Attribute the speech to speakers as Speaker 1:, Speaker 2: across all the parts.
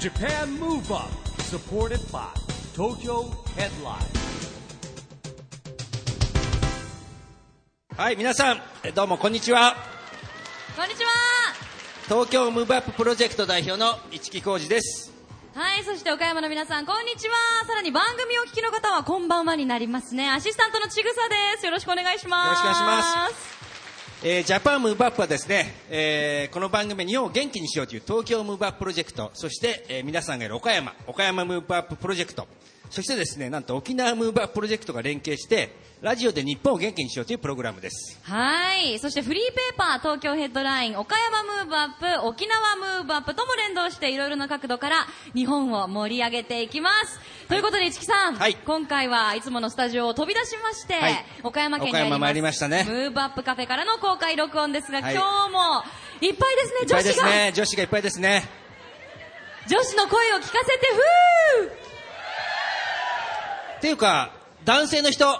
Speaker 1: JAPAN MOVE UP SUPPORTED BY TOKYO HEADLINE
Speaker 2: はい、皆さん、えどうもこんにちは。
Speaker 3: こんにちは
Speaker 2: 東京ムーブアッププロジェクト代表の市木浩二です。
Speaker 3: はい、そして岡山の皆さん、こんにちはさらに番組をお聞きの方はこんばんはになりますね。アシスタントのちぐさです。よろしくお願いします。
Speaker 2: よろしくお願いしえージャパンムーブアップはですね、えーこの番組は日本を元気にしようという東京ムーブアッププロジェクト、そして、えー皆さんがいる岡山、岡山ムーブアッププロジェクト、そしてですね、なんと沖縄ムーブアッププロジェクトが連携して、ラジオで日本を元気にしようというプログラムです。
Speaker 3: はい、そしてフリーペーパー、東京ヘッドライン、岡山ムーブアップ、沖縄ムーブアップとも連動していろいろな角度から日本を盛り上げていきます。ということで、市木さん、
Speaker 2: はい
Speaker 3: 今回はいつものスタジオを飛び出しまして、
Speaker 2: はい
Speaker 3: 岡山県にあります
Speaker 2: 岡山参りましたね
Speaker 3: ムーブアップカフェからの公開録音ですが、
Speaker 2: はい
Speaker 3: 今日もいっぱいですね、
Speaker 2: いっぱ
Speaker 3: 女
Speaker 2: いで
Speaker 3: 子
Speaker 2: す
Speaker 3: が。
Speaker 2: ね、女子がいっぱいですね。
Speaker 3: 女子の声を聞かせて、ふー
Speaker 2: っていうか、男性の人、
Speaker 3: お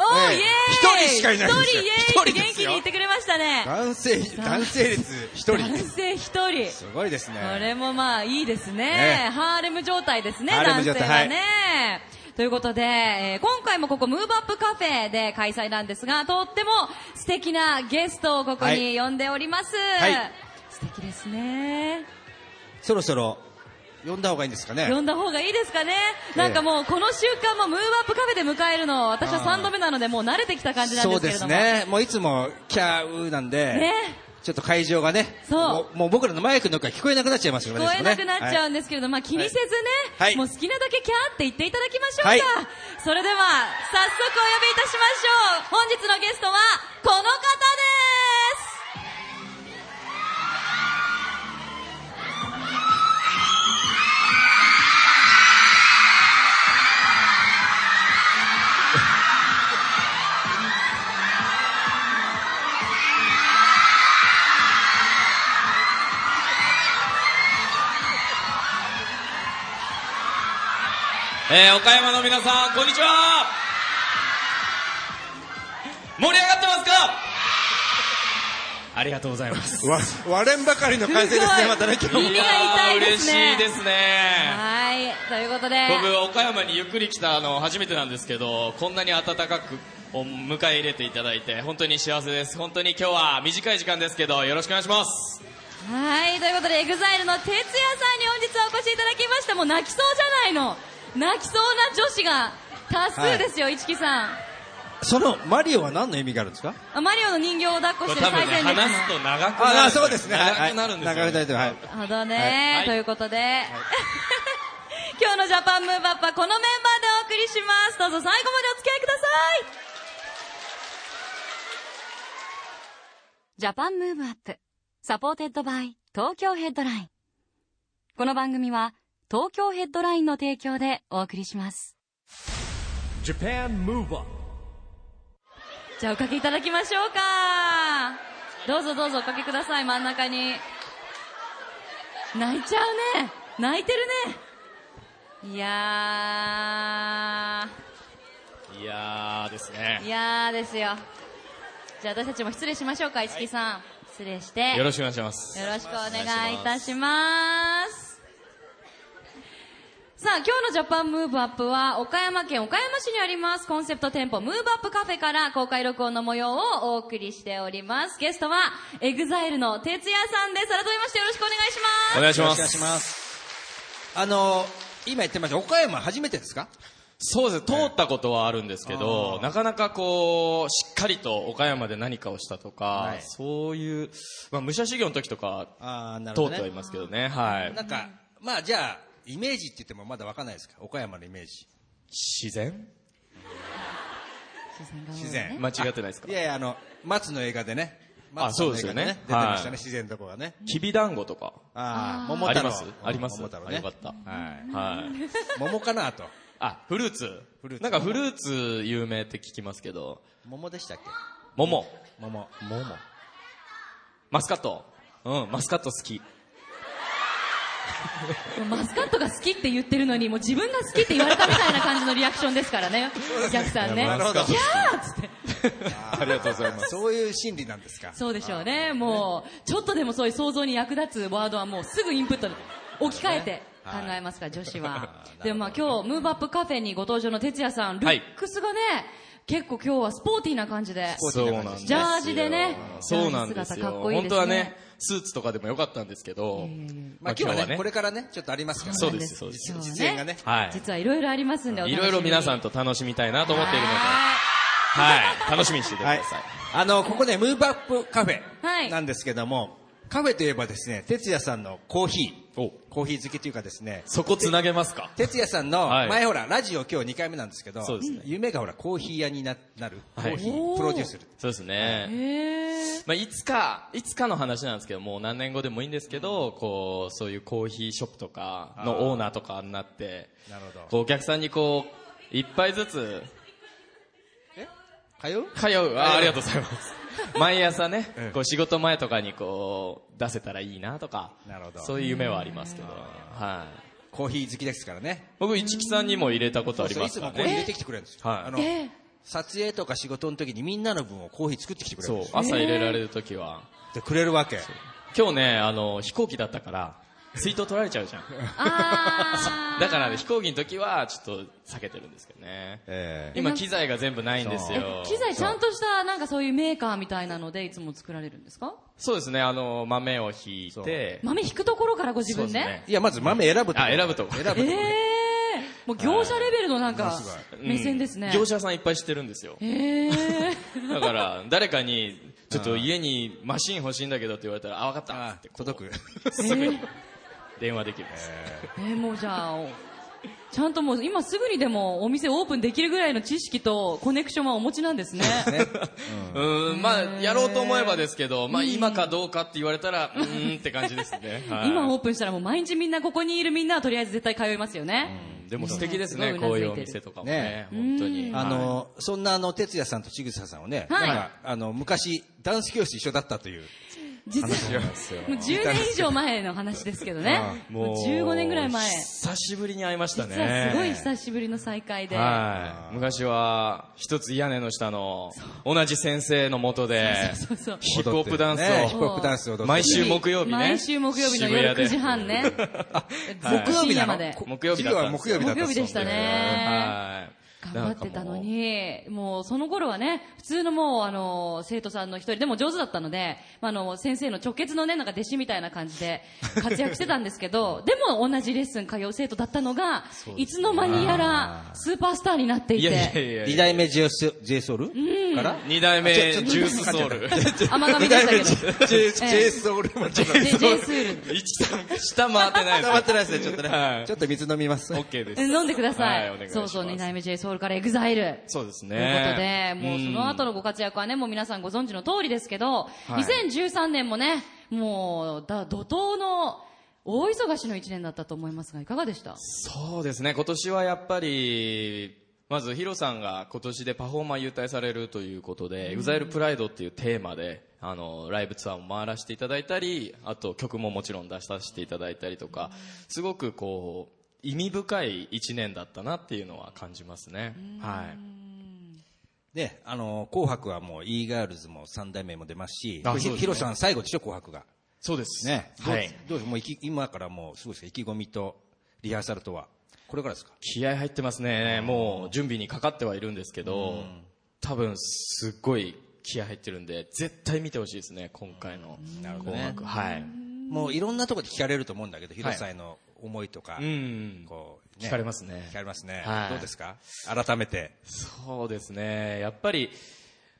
Speaker 3: ー、
Speaker 2: ええ
Speaker 3: イエーイ
Speaker 2: 一人しかいないんです
Speaker 3: 一人、
Speaker 2: よ
Speaker 3: イエーイ
Speaker 2: 一人ですよ
Speaker 3: 元気に言ってくれましたね。
Speaker 2: 男性、 男性率一
Speaker 3: 男
Speaker 2: 人。
Speaker 3: 性一人。
Speaker 2: すごいですね。
Speaker 3: これもまあいいですね
Speaker 2: ね
Speaker 3: ハーレム状態ですね、
Speaker 2: ハーレム
Speaker 3: 男性
Speaker 2: 状
Speaker 3: は
Speaker 2: 態
Speaker 3: ね。ということで、えー今回もここムーブアップカフェで開催なんですが、とっても素敵なゲストをここ
Speaker 2: はい
Speaker 3: に呼んでおります。
Speaker 2: はい
Speaker 3: 素敵ですね。
Speaker 2: そろそろ、呼んだ方がいいんですかね。
Speaker 3: 呼んだ方がいいですかね。
Speaker 2: え
Speaker 3: なんかもうこの週間もムーブアップカフェで迎えるの、私は
Speaker 2: あー
Speaker 3: 3度目なのでもう慣れてきた感じなん
Speaker 2: そ
Speaker 3: で
Speaker 2: う
Speaker 3: すけ
Speaker 2: で
Speaker 3: れど
Speaker 2: す
Speaker 3: も。
Speaker 2: ね、もういつもキャーウーなんで、
Speaker 3: ね
Speaker 2: ちょっと会場がね、
Speaker 3: そう
Speaker 2: ももう僕らのマイクの声が聞こえなくなっちゃいますよね。
Speaker 3: 聞こえなくなっちゃう
Speaker 2: はい
Speaker 3: んですけれど、まあ気にせずね、
Speaker 2: はい
Speaker 3: もう好きなだけキャーって言っていただきましょうか。
Speaker 2: はい
Speaker 3: それでは、早速お呼びいたしましょう。本日のゲストは、この方です。
Speaker 4: えー、岡山の皆さん、こんにちは盛り上がってますかありがとうございます。
Speaker 2: わ割れんばかりの歓声です
Speaker 3: すご
Speaker 2: ね、
Speaker 3: い
Speaker 2: またね、今日も
Speaker 3: 耳が痛いですね
Speaker 4: やー嬉しいですね。
Speaker 3: はい、ということで、
Speaker 4: 僕、岡山にゆっくり来たの初めてなんですけど、こんなに温かくお迎え入れていただいて、本当に幸せです。本当に今日は短い時間ですけど、よろしくお願いします。
Speaker 3: はい、ということで、EXILE の哲也さんに本日はお越しいただきました。もう泣きそうじゃないの。泣きそうな女子が多数ですよ、一木さん。
Speaker 2: そのマリオは何の意味があるんですか
Speaker 3: あマリオの人形を抱っこ
Speaker 4: これ
Speaker 3: してる
Speaker 4: 多
Speaker 3: 最
Speaker 4: 分ね、
Speaker 3: 前列の。
Speaker 4: 話すと長くなる。
Speaker 2: ああ、そうですね、
Speaker 4: 長くなるんですよ、ね。
Speaker 2: はい長くなるんですよ
Speaker 3: なるほどね、
Speaker 4: はい
Speaker 3: ということで、 今日のジャパンムーブアップはこのメンバーでお送りしますどうぞ最後までお付き合いくださいジャパンムーブアップサポーテッドバイ東京ヘッドラインこの番組は東京ヘッドラインの提供でお送りします
Speaker 1: JAPAN MOVE UP
Speaker 3: じゃあおかけいただきましょうかどうぞどうぞおかけください真ん中に泣いちゃうね泣いてるねいや
Speaker 4: いやーですね
Speaker 3: ーい。やーですよじゃあ私たちも失礼しましょうか一木さん、失礼して
Speaker 4: よろしくお願いします。
Speaker 3: よろしくお願いいたします。さあ、今日のジャパンムーブアップは、岡山県岡山市にあります、コンセプト店舗ムーブアップカフェから公開録音の模様をお送りしております。ゲストは、エグザイルの哲也さんです。改めましてよろしくお願いし
Speaker 4: お
Speaker 3: ます。
Speaker 4: 願いし
Speaker 2: はいよろ
Speaker 4: ま
Speaker 2: しくお願い
Speaker 4: す
Speaker 2: し。ます。あの、今言ってました、岡山初めてですか
Speaker 4: そうですね通ったことはあるんですけ
Speaker 2: あ
Speaker 4: ど、
Speaker 2: ー
Speaker 4: なかなかこう、しっかりと岡山で何かをしたとか、
Speaker 2: はい
Speaker 4: そういう、まあ、武者修行の時とか、
Speaker 2: ああ、な
Speaker 4: 通ってはいますけどね、はい
Speaker 2: な。んか、まあじゃあ、イメージって言ってもまだわかんないですか岡山のイメージ。
Speaker 4: 自然
Speaker 2: 自然。
Speaker 4: 間違ってないですか
Speaker 2: いやいや、あの、松の映画でね。
Speaker 4: あ
Speaker 2: 松の
Speaker 4: そ
Speaker 2: 映画
Speaker 4: うですよね
Speaker 2: 出てました
Speaker 4: はい
Speaker 2: ね、自然のとこがね。
Speaker 4: きびだんごとか、
Speaker 2: ああ、桃
Speaker 4: あ
Speaker 2: 太
Speaker 4: り
Speaker 2: 郎。
Speaker 4: ますあります
Speaker 2: 桃太郎
Speaker 4: あよ
Speaker 2: ね
Speaker 4: か。った。は
Speaker 2: はい。
Speaker 4: い。
Speaker 2: 桃かなと。
Speaker 4: あ、フルーツ
Speaker 2: フルーツ
Speaker 4: なんかフルーツ有名って聞きますけど、
Speaker 2: 桃でしたっけ
Speaker 4: 桃。
Speaker 2: 桃。
Speaker 4: 桃。マスカット。うん、マスカット好き。
Speaker 3: マスカットが好きって言ってるのに、もう自分が好きって言われたみたいな感じのリアクションですからね、お客さんね。
Speaker 2: なるほど
Speaker 3: キャーっつって。
Speaker 2: ありがとうございます。そういう心理なんですか。
Speaker 3: そうでしょうね。もう、ちょっとでもそういう想像に役立つワードはもうすぐインプット置き換えて考
Speaker 2: はい
Speaker 3: えますから、女子
Speaker 2: なる
Speaker 3: は
Speaker 2: ほど。ね
Speaker 3: でもまあ今日、ムーブアップカフェにご登場の哲也さん、ル
Speaker 4: はい
Speaker 3: ックスがね、結構今日はスポーティーな感じで。
Speaker 2: ポーティ
Speaker 5: そう
Speaker 2: ーな
Speaker 5: なん
Speaker 2: 感
Speaker 5: です
Speaker 2: じ
Speaker 5: よ
Speaker 3: ジャージでね
Speaker 5: そうなんです
Speaker 3: ジャージ姿
Speaker 5: よ
Speaker 3: かっこいい
Speaker 5: 本
Speaker 3: ですね
Speaker 5: 当はねスーツとかでもよかったんですけど、
Speaker 3: いやいやいや
Speaker 2: まあ今日はね、これからね、ちょっとありますからね。
Speaker 5: そうですそうです
Speaker 3: 今日は
Speaker 2: 実演がね。
Speaker 5: はい
Speaker 3: 実はいろいろありますんで、お楽し
Speaker 5: い
Speaker 3: み
Speaker 5: ろ
Speaker 3: に
Speaker 5: いろ皆さんと楽しみたいなと思っているので、
Speaker 3: は
Speaker 5: はい、楽しみにしててくだ
Speaker 2: は
Speaker 5: さ
Speaker 2: い
Speaker 5: い。。
Speaker 2: あの、ここね、ムーブアップカフ
Speaker 3: はい
Speaker 2: ェなんですけども、カフェといえばですね、哲也さんのコーヒー、コーヒー好きというかですね、
Speaker 5: そこつなげますか
Speaker 2: 哲也さんの、
Speaker 5: はい
Speaker 2: 前ほら、ラジオ今日2回目なんですけど、
Speaker 5: そうですね
Speaker 2: 夢がほら、コーヒー屋にななる、
Speaker 5: はい
Speaker 2: コーヒープロデュースする。
Speaker 5: そうですね
Speaker 3: い。。へー
Speaker 5: まあ、いつか、いつかの話なんですけど、もう何年後でもいいんですけど、こう、そういうコーヒーショップとかのオーナーとかになって、
Speaker 2: なるほど
Speaker 5: こうお客さんにこう、一杯ずつ、
Speaker 2: 通う
Speaker 5: 通う。あありがとうございます。 毎朝ね
Speaker 2: うん、
Speaker 5: こう仕事前とかにこう、出せたらいいなとか、
Speaker 2: なるほど
Speaker 5: そういう夢はありますけど、はい。
Speaker 2: コーヒー好きですからね。
Speaker 5: 僕、一木さんにも入れたことあり
Speaker 2: そう
Speaker 5: ま
Speaker 2: い
Speaker 5: す
Speaker 2: つも
Speaker 5: か
Speaker 2: コー
Speaker 5: ら
Speaker 2: ヒー入れ
Speaker 5: ね。
Speaker 2: てきてくれるんですよ。
Speaker 5: はい
Speaker 2: あの
Speaker 3: ええ
Speaker 2: 撮影とか仕事の時にみんなの分をコーヒー作ってきてくれるん
Speaker 5: そう
Speaker 2: です、よ。
Speaker 5: 朝入れられるときは。
Speaker 2: で、くれるわけ。
Speaker 5: 今日ね、あの、飛行機だったから、水筒取られちゃうじゃん。
Speaker 3: あー
Speaker 5: だからね、飛行機の時は、ちょっと避けてるんですけどね。
Speaker 2: ええ
Speaker 5: 今、機材が全部ないんですよ
Speaker 3: え。機材ちゃんとしたなんかそういうメーカーみたいなのでいつも作られるんですか
Speaker 5: そうですね、あの、豆をひい
Speaker 2: そう
Speaker 5: て、
Speaker 3: 豆引くところからご自
Speaker 5: そう
Speaker 3: 分
Speaker 5: です
Speaker 3: で
Speaker 5: ね。
Speaker 2: いや、まず豆選ぶとこ
Speaker 5: あ選ぶとこ
Speaker 2: 選ぶとこ
Speaker 3: ええもう業者レベルのなんか
Speaker 5: うん
Speaker 3: 目線ですね、
Speaker 5: 業者さんいっぱい知ってるんですよ。
Speaker 3: ええ
Speaker 5: だから、誰 かに、ちょっと家にマシン欲しいんだけどって言われたら、あ、わかった
Speaker 2: あ
Speaker 5: って
Speaker 2: 届 く。
Speaker 5: すぐに電話できるんです。
Speaker 3: えーもうじゃあおちゃんともう今すぐにでもお店オープンできるぐらいの知識とコネクションはお持ちなんですね
Speaker 5: うーん、まあ、やろうと思えばですけど、まあ、今かどうかって言われたら、うーんって感じです ね。はい
Speaker 3: 今オープンしたらもう毎日みんなここにいるみんなはとりあえず絶対通いますよね、
Speaker 5: でも素敵です
Speaker 3: う
Speaker 5: ね、
Speaker 3: ん
Speaker 5: こういうお店とかもね、本当に。
Speaker 2: あの、そんなあの、哲也さんと千草さんをね、
Speaker 3: はい
Speaker 2: なんかあの、昔、ダンス教室一緒だったという。
Speaker 3: 実は もう10年以上前の話ですけどねもう15年ぐらい前
Speaker 5: 久しぶりに会いましたね。
Speaker 3: 実はすごい久しぶりの再会で、
Speaker 5: はい。昔は、一つ屋根の下の、同じ先生のもとで、
Speaker 3: そうそう
Speaker 5: ヒップホップダンス
Speaker 2: 踊ってるねヒッ
Speaker 5: を、
Speaker 2: プホップダンスを踊ってる
Speaker 5: 毎週木曜日ね
Speaker 3: 毎週木曜日の
Speaker 5: 渋
Speaker 3: 夜
Speaker 5: 谷で
Speaker 3: 9時半 ね。
Speaker 2: 木曜日
Speaker 3: 深
Speaker 2: な
Speaker 3: 夜ま
Speaker 2: の
Speaker 3: で
Speaker 2: こ
Speaker 5: 木曜日だったんですよ
Speaker 2: 授業は木曜日だったん
Speaker 3: 木曜日でしたね。
Speaker 5: はい。
Speaker 3: 頑張ってたのに、もうその頃はね、普通のもうあの、生徒さんの一人、でも上手だったので、まああの、先生の直結のね、なんか弟子みたいな感じで活躍してたんですけ ど、でも同じレッスン通う生徒だったのが、いつの間にやらスーパースターになってい
Speaker 5: い
Speaker 3: て。
Speaker 5: やいやいや
Speaker 2: 二
Speaker 5: いや。
Speaker 2: 代目 J ソルから
Speaker 5: 二代目
Speaker 2: ちょちょっと
Speaker 5: ジュースソ ウル。
Speaker 3: 甘噛みでしたけど。
Speaker 2: J ソル もちょっと。
Speaker 3: ジェジェイスール。
Speaker 5: 一さん、下回ってないです。
Speaker 2: 頑張ってないですね、ちょっと
Speaker 5: は
Speaker 2: ね。
Speaker 5: い
Speaker 2: ちょっと水飲み ます。
Speaker 5: OK です。
Speaker 3: 飲んでください。
Speaker 5: はいお願いし
Speaker 3: そ
Speaker 5: ま
Speaker 3: う
Speaker 5: す
Speaker 3: そう、二代目 j ソウルから EXILE。
Speaker 5: そうで
Speaker 3: と
Speaker 5: す
Speaker 3: いうこと
Speaker 5: ね
Speaker 3: で、。もうその後
Speaker 5: の。
Speaker 3: のご活躍はね、もう皆さんご存知の通りですけど、
Speaker 5: はい
Speaker 3: 2013年もね、もう、だ、怒涛の大忙しの一年だったと思いますが、いかがでした
Speaker 5: そうですね、今年はやっぱり、まずヒロさんが今年でパフォーマー優待されるということで、EXILE プライドっていうテーマで、あの、ライブツアーも回らせていただいたり、あと曲ももちろん出させていただいたりとか、すごくこう、意味深い一年だったなっていうのは感じますね。はい。
Speaker 2: で、あの、紅白はもう e ガールズも三代目も出ますし
Speaker 5: あ、そうです
Speaker 2: ひ
Speaker 5: ね
Speaker 2: ヒロさん最後でしょ、紅白が。
Speaker 5: そうです
Speaker 2: ね。
Speaker 5: は
Speaker 2: ど
Speaker 5: い。
Speaker 2: うですどうですもう意気今からもう、すごいですか、意気込みとリハーサルとは。これからですか
Speaker 5: 気合入ってますね。もう準備にかかってはいるんですけど、多分すっごい気合入ってるんで、絶対見てほしいですね、今回の紅白。はい。
Speaker 2: もういろんなとこで聞かれると思うんだけど、ヒロさんへの思いとか
Speaker 5: う、ん。
Speaker 2: こう、
Speaker 5: 聞かれますね
Speaker 2: 聞かれますね
Speaker 5: は。い
Speaker 2: どうですか改めて。
Speaker 5: そうですね。やっぱり、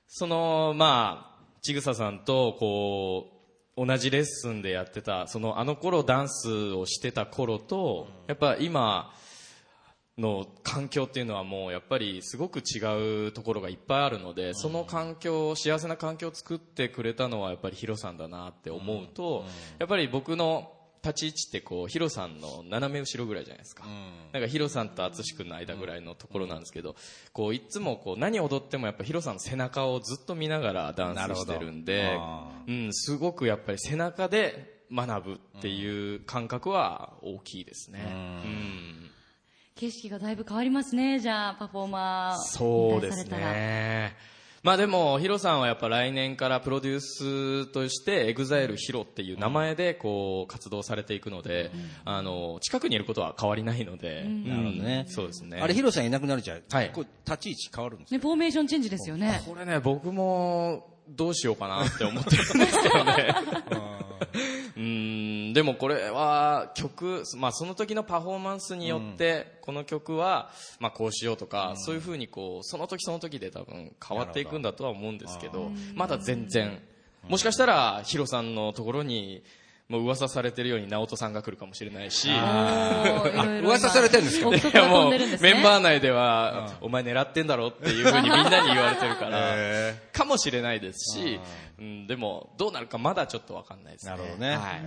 Speaker 5: その、まあ、ちぐささんと、こう、同じレッスンでやってた、その、あの頃ダンスをしてた頃と、やっぱ今の環境っていうのはもう、やっぱりすごく違うところがいっぱいあるので、その環境、幸せな環境を作ってくれたのは、やっぱりヒロさんだなって思うと、やっぱり僕の立ち位置って、こう、ヒロさんの斜め後ろぐらいじゃないですか。なんかヒロさんと淳君の間ぐらいのところなんですけど、こういつもこう何踊ってもやっぱヒロさんの背中をずっと見ながらダンスしてるん
Speaker 2: な
Speaker 5: で
Speaker 2: るほどあ、
Speaker 5: うん、すごくやっぱり背中で学ぶっていう感覚は大きいですね。うん
Speaker 3: 景色がだいぶ変わりますね、じゃあ、パフォーマー。
Speaker 5: そうです
Speaker 3: 引退されたら。
Speaker 5: ね。まあでも、ヒロさんはやっぱ来年からプロデュースとして EXILE ヒロっていう名前でこう活動されていくので、あの、近くにいることは変わりないので、
Speaker 2: なるほどね。
Speaker 5: そうですね。
Speaker 2: あれ、ヒロさんいなくなるじゃん。
Speaker 5: はい
Speaker 2: こう立ち位置変わるんです
Speaker 3: ね、フォーメーションチェンジですよね。
Speaker 5: これね、僕もどうしようかなって思ってるんですけ どね。うーん、でもこれは曲、まあその時のパフォーマンスによって、この曲は、まあこうしようとか、そういう風にこう、その時その時で多分変わっていくんだとは思うんですけど、まだ全然、もしかしたらヒロさんのところに、もう噂されてるように直人さんが来るかもしれないし、
Speaker 3: あ
Speaker 2: 噂されてるんですか
Speaker 3: 憶測
Speaker 5: いや
Speaker 3: が飛
Speaker 5: も
Speaker 3: ん
Speaker 5: う
Speaker 3: でるんですね。
Speaker 5: メンバー内では、お前狙ってんだろっていうふうにみんなに言われてる から、かもしれないですし、うん、でもどうなるかまだちょっとわかんないですね。
Speaker 2: なるほどね
Speaker 5: はい
Speaker 3: う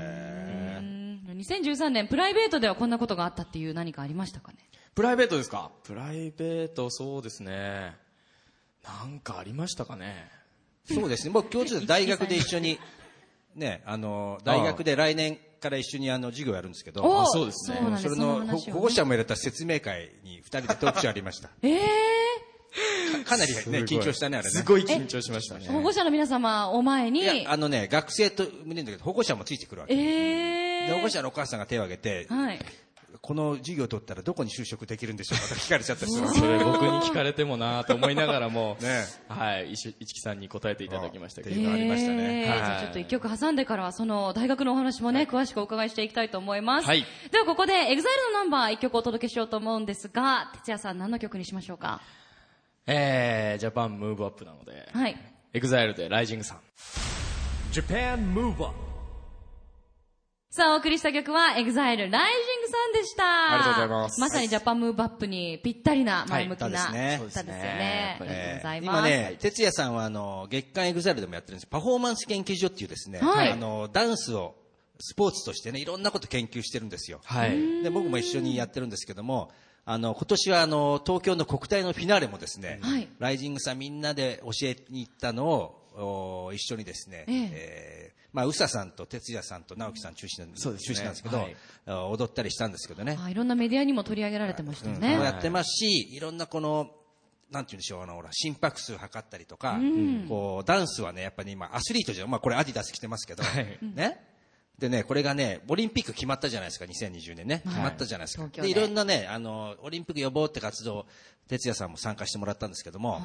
Speaker 3: ん2013年、プライベートではこんなことがあったっていう何かありましたかね
Speaker 5: プライベートですかプライベートそうですね。なんかありましたかね
Speaker 2: そうですね。僕、共通で大学で一緒に、ね、あの、大学で来年から一緒にあの、授業やるんですけど、
Speaker 3: おー
Speaker 5: そうですね
Speaker 3: そうなんです
Speaker 2: それ
Speaker 3: その
Speaker 2: の保
Speaker 3: 話をね
Speaker 2: 保護者も入れた説明会に二人でトークショーあり ました。
Speaker 3: え
Speaker 2: かなりね、緊張したね、あれね。
Speaker 5: すごい緊張しましたね
Speaker 3: ー、。保護者の皆様を前
Speaker 2: い
Speaker 3: に
Speaker 2: や、、あのね、学生と無理だけど、保護者もついてくるわけ。
Speaker 3: え
Speaker 2: で
Speaker 3: ー、
Speaker 2: 保護者のお母さんが手を挙げて、
Speaker 3: はい。
Speaker 2: この授業取ったらどこに就職できるんでしょうかと聞かれちゃったり するんですよ、
Speaker 5: それ僕に聞かれてもなと思いながらも
Speaker 2: ね
Speaker 5: はい、一一木さんに答えていただきましたけ
Speaker 2: って
Speaker 5: ど
Speaker 2: いうの。ありました
Speaker 3: え
Speaker 2: ね
Speaker 3: ー
Speaker 5: はい
Speaker 3: じゃあちょっと一曲挟んでからは、その大学のお話もね、詳しくお伺いしていきたいと思います。
Speaker 5: はい
Speaker 3: ではここで、EXILE のナンバー一曲お届けしようと思うんですが、哲也さん何の曲にしましょうか
Speaker 5: えー、ジャパンムーブアップなので、
Speaker 3: はい。
Speaker 5: エグザイルでライジングさん。
Speaker 1: Japan Move Up
Speaker 3: さあ、お送りした曲は、EXILE ライジングさんでした。
Speaker 5: ありがとうございます
Speaker 3: まさにジャパンムーブアップにぴったりな前向きな、
Speaker 2: はい歌ですね
Speaker 3: 歌ですよね
Speaker 5: ね。
Speaker 3: ありがとうございます。
Speaker 2: 今ね、哲也さんはあの月刊エグザイルでもやってるんですパフォーマンス研究所っていうですね、
Speaker 3: はい
Speaker 2: あのダンスをスポーツとしてね、いろんなこと研究してるんですよ。
Speaker 5: はい。
Speaker 2: で僕も一緒にやってるんですけども、あの今年はあの東京の国体のフィナーレもですね、
Speaker 3: はい
Speaker 2: ライジングさんみんなで教えに行ったのをお一緒にですね、
Speaker 3: ええ
Speaker 2: えーまあ宇佐さんと哲也さんと直樹さん中心なん
Speaker 5: そうです
Speaker 2: 中
Speaker 5: ね
Speaker 2: 心なんですけど、
Speaker 5: はい
Speaker 2: あ踊ったりしたんですけどね。
Speaker 3: あいろんなメディアにも取り上げられてましたよね。
Speaker 2: もやってますし、いろんなこの、なんて言うんでしょう、あの、ほら、心拍数測ったりとか、こう、ダンスはね、やっぱり今、アスリートじゃん。まあ、これアディダス着てますけど、
Speaker 5: はい
Speaker 2: ね。でね、これがね、オリンピック決まったじゃないですか、2020年ね。決まったじゃないですか。
Speaker 3: 東京
Speaker 2: で、
Speaker 3: で
Speaker 2: いろんなね、あの、オリンピック予防って活動、哲也さんも参加してもらったんですけども、
Speaker 3: はい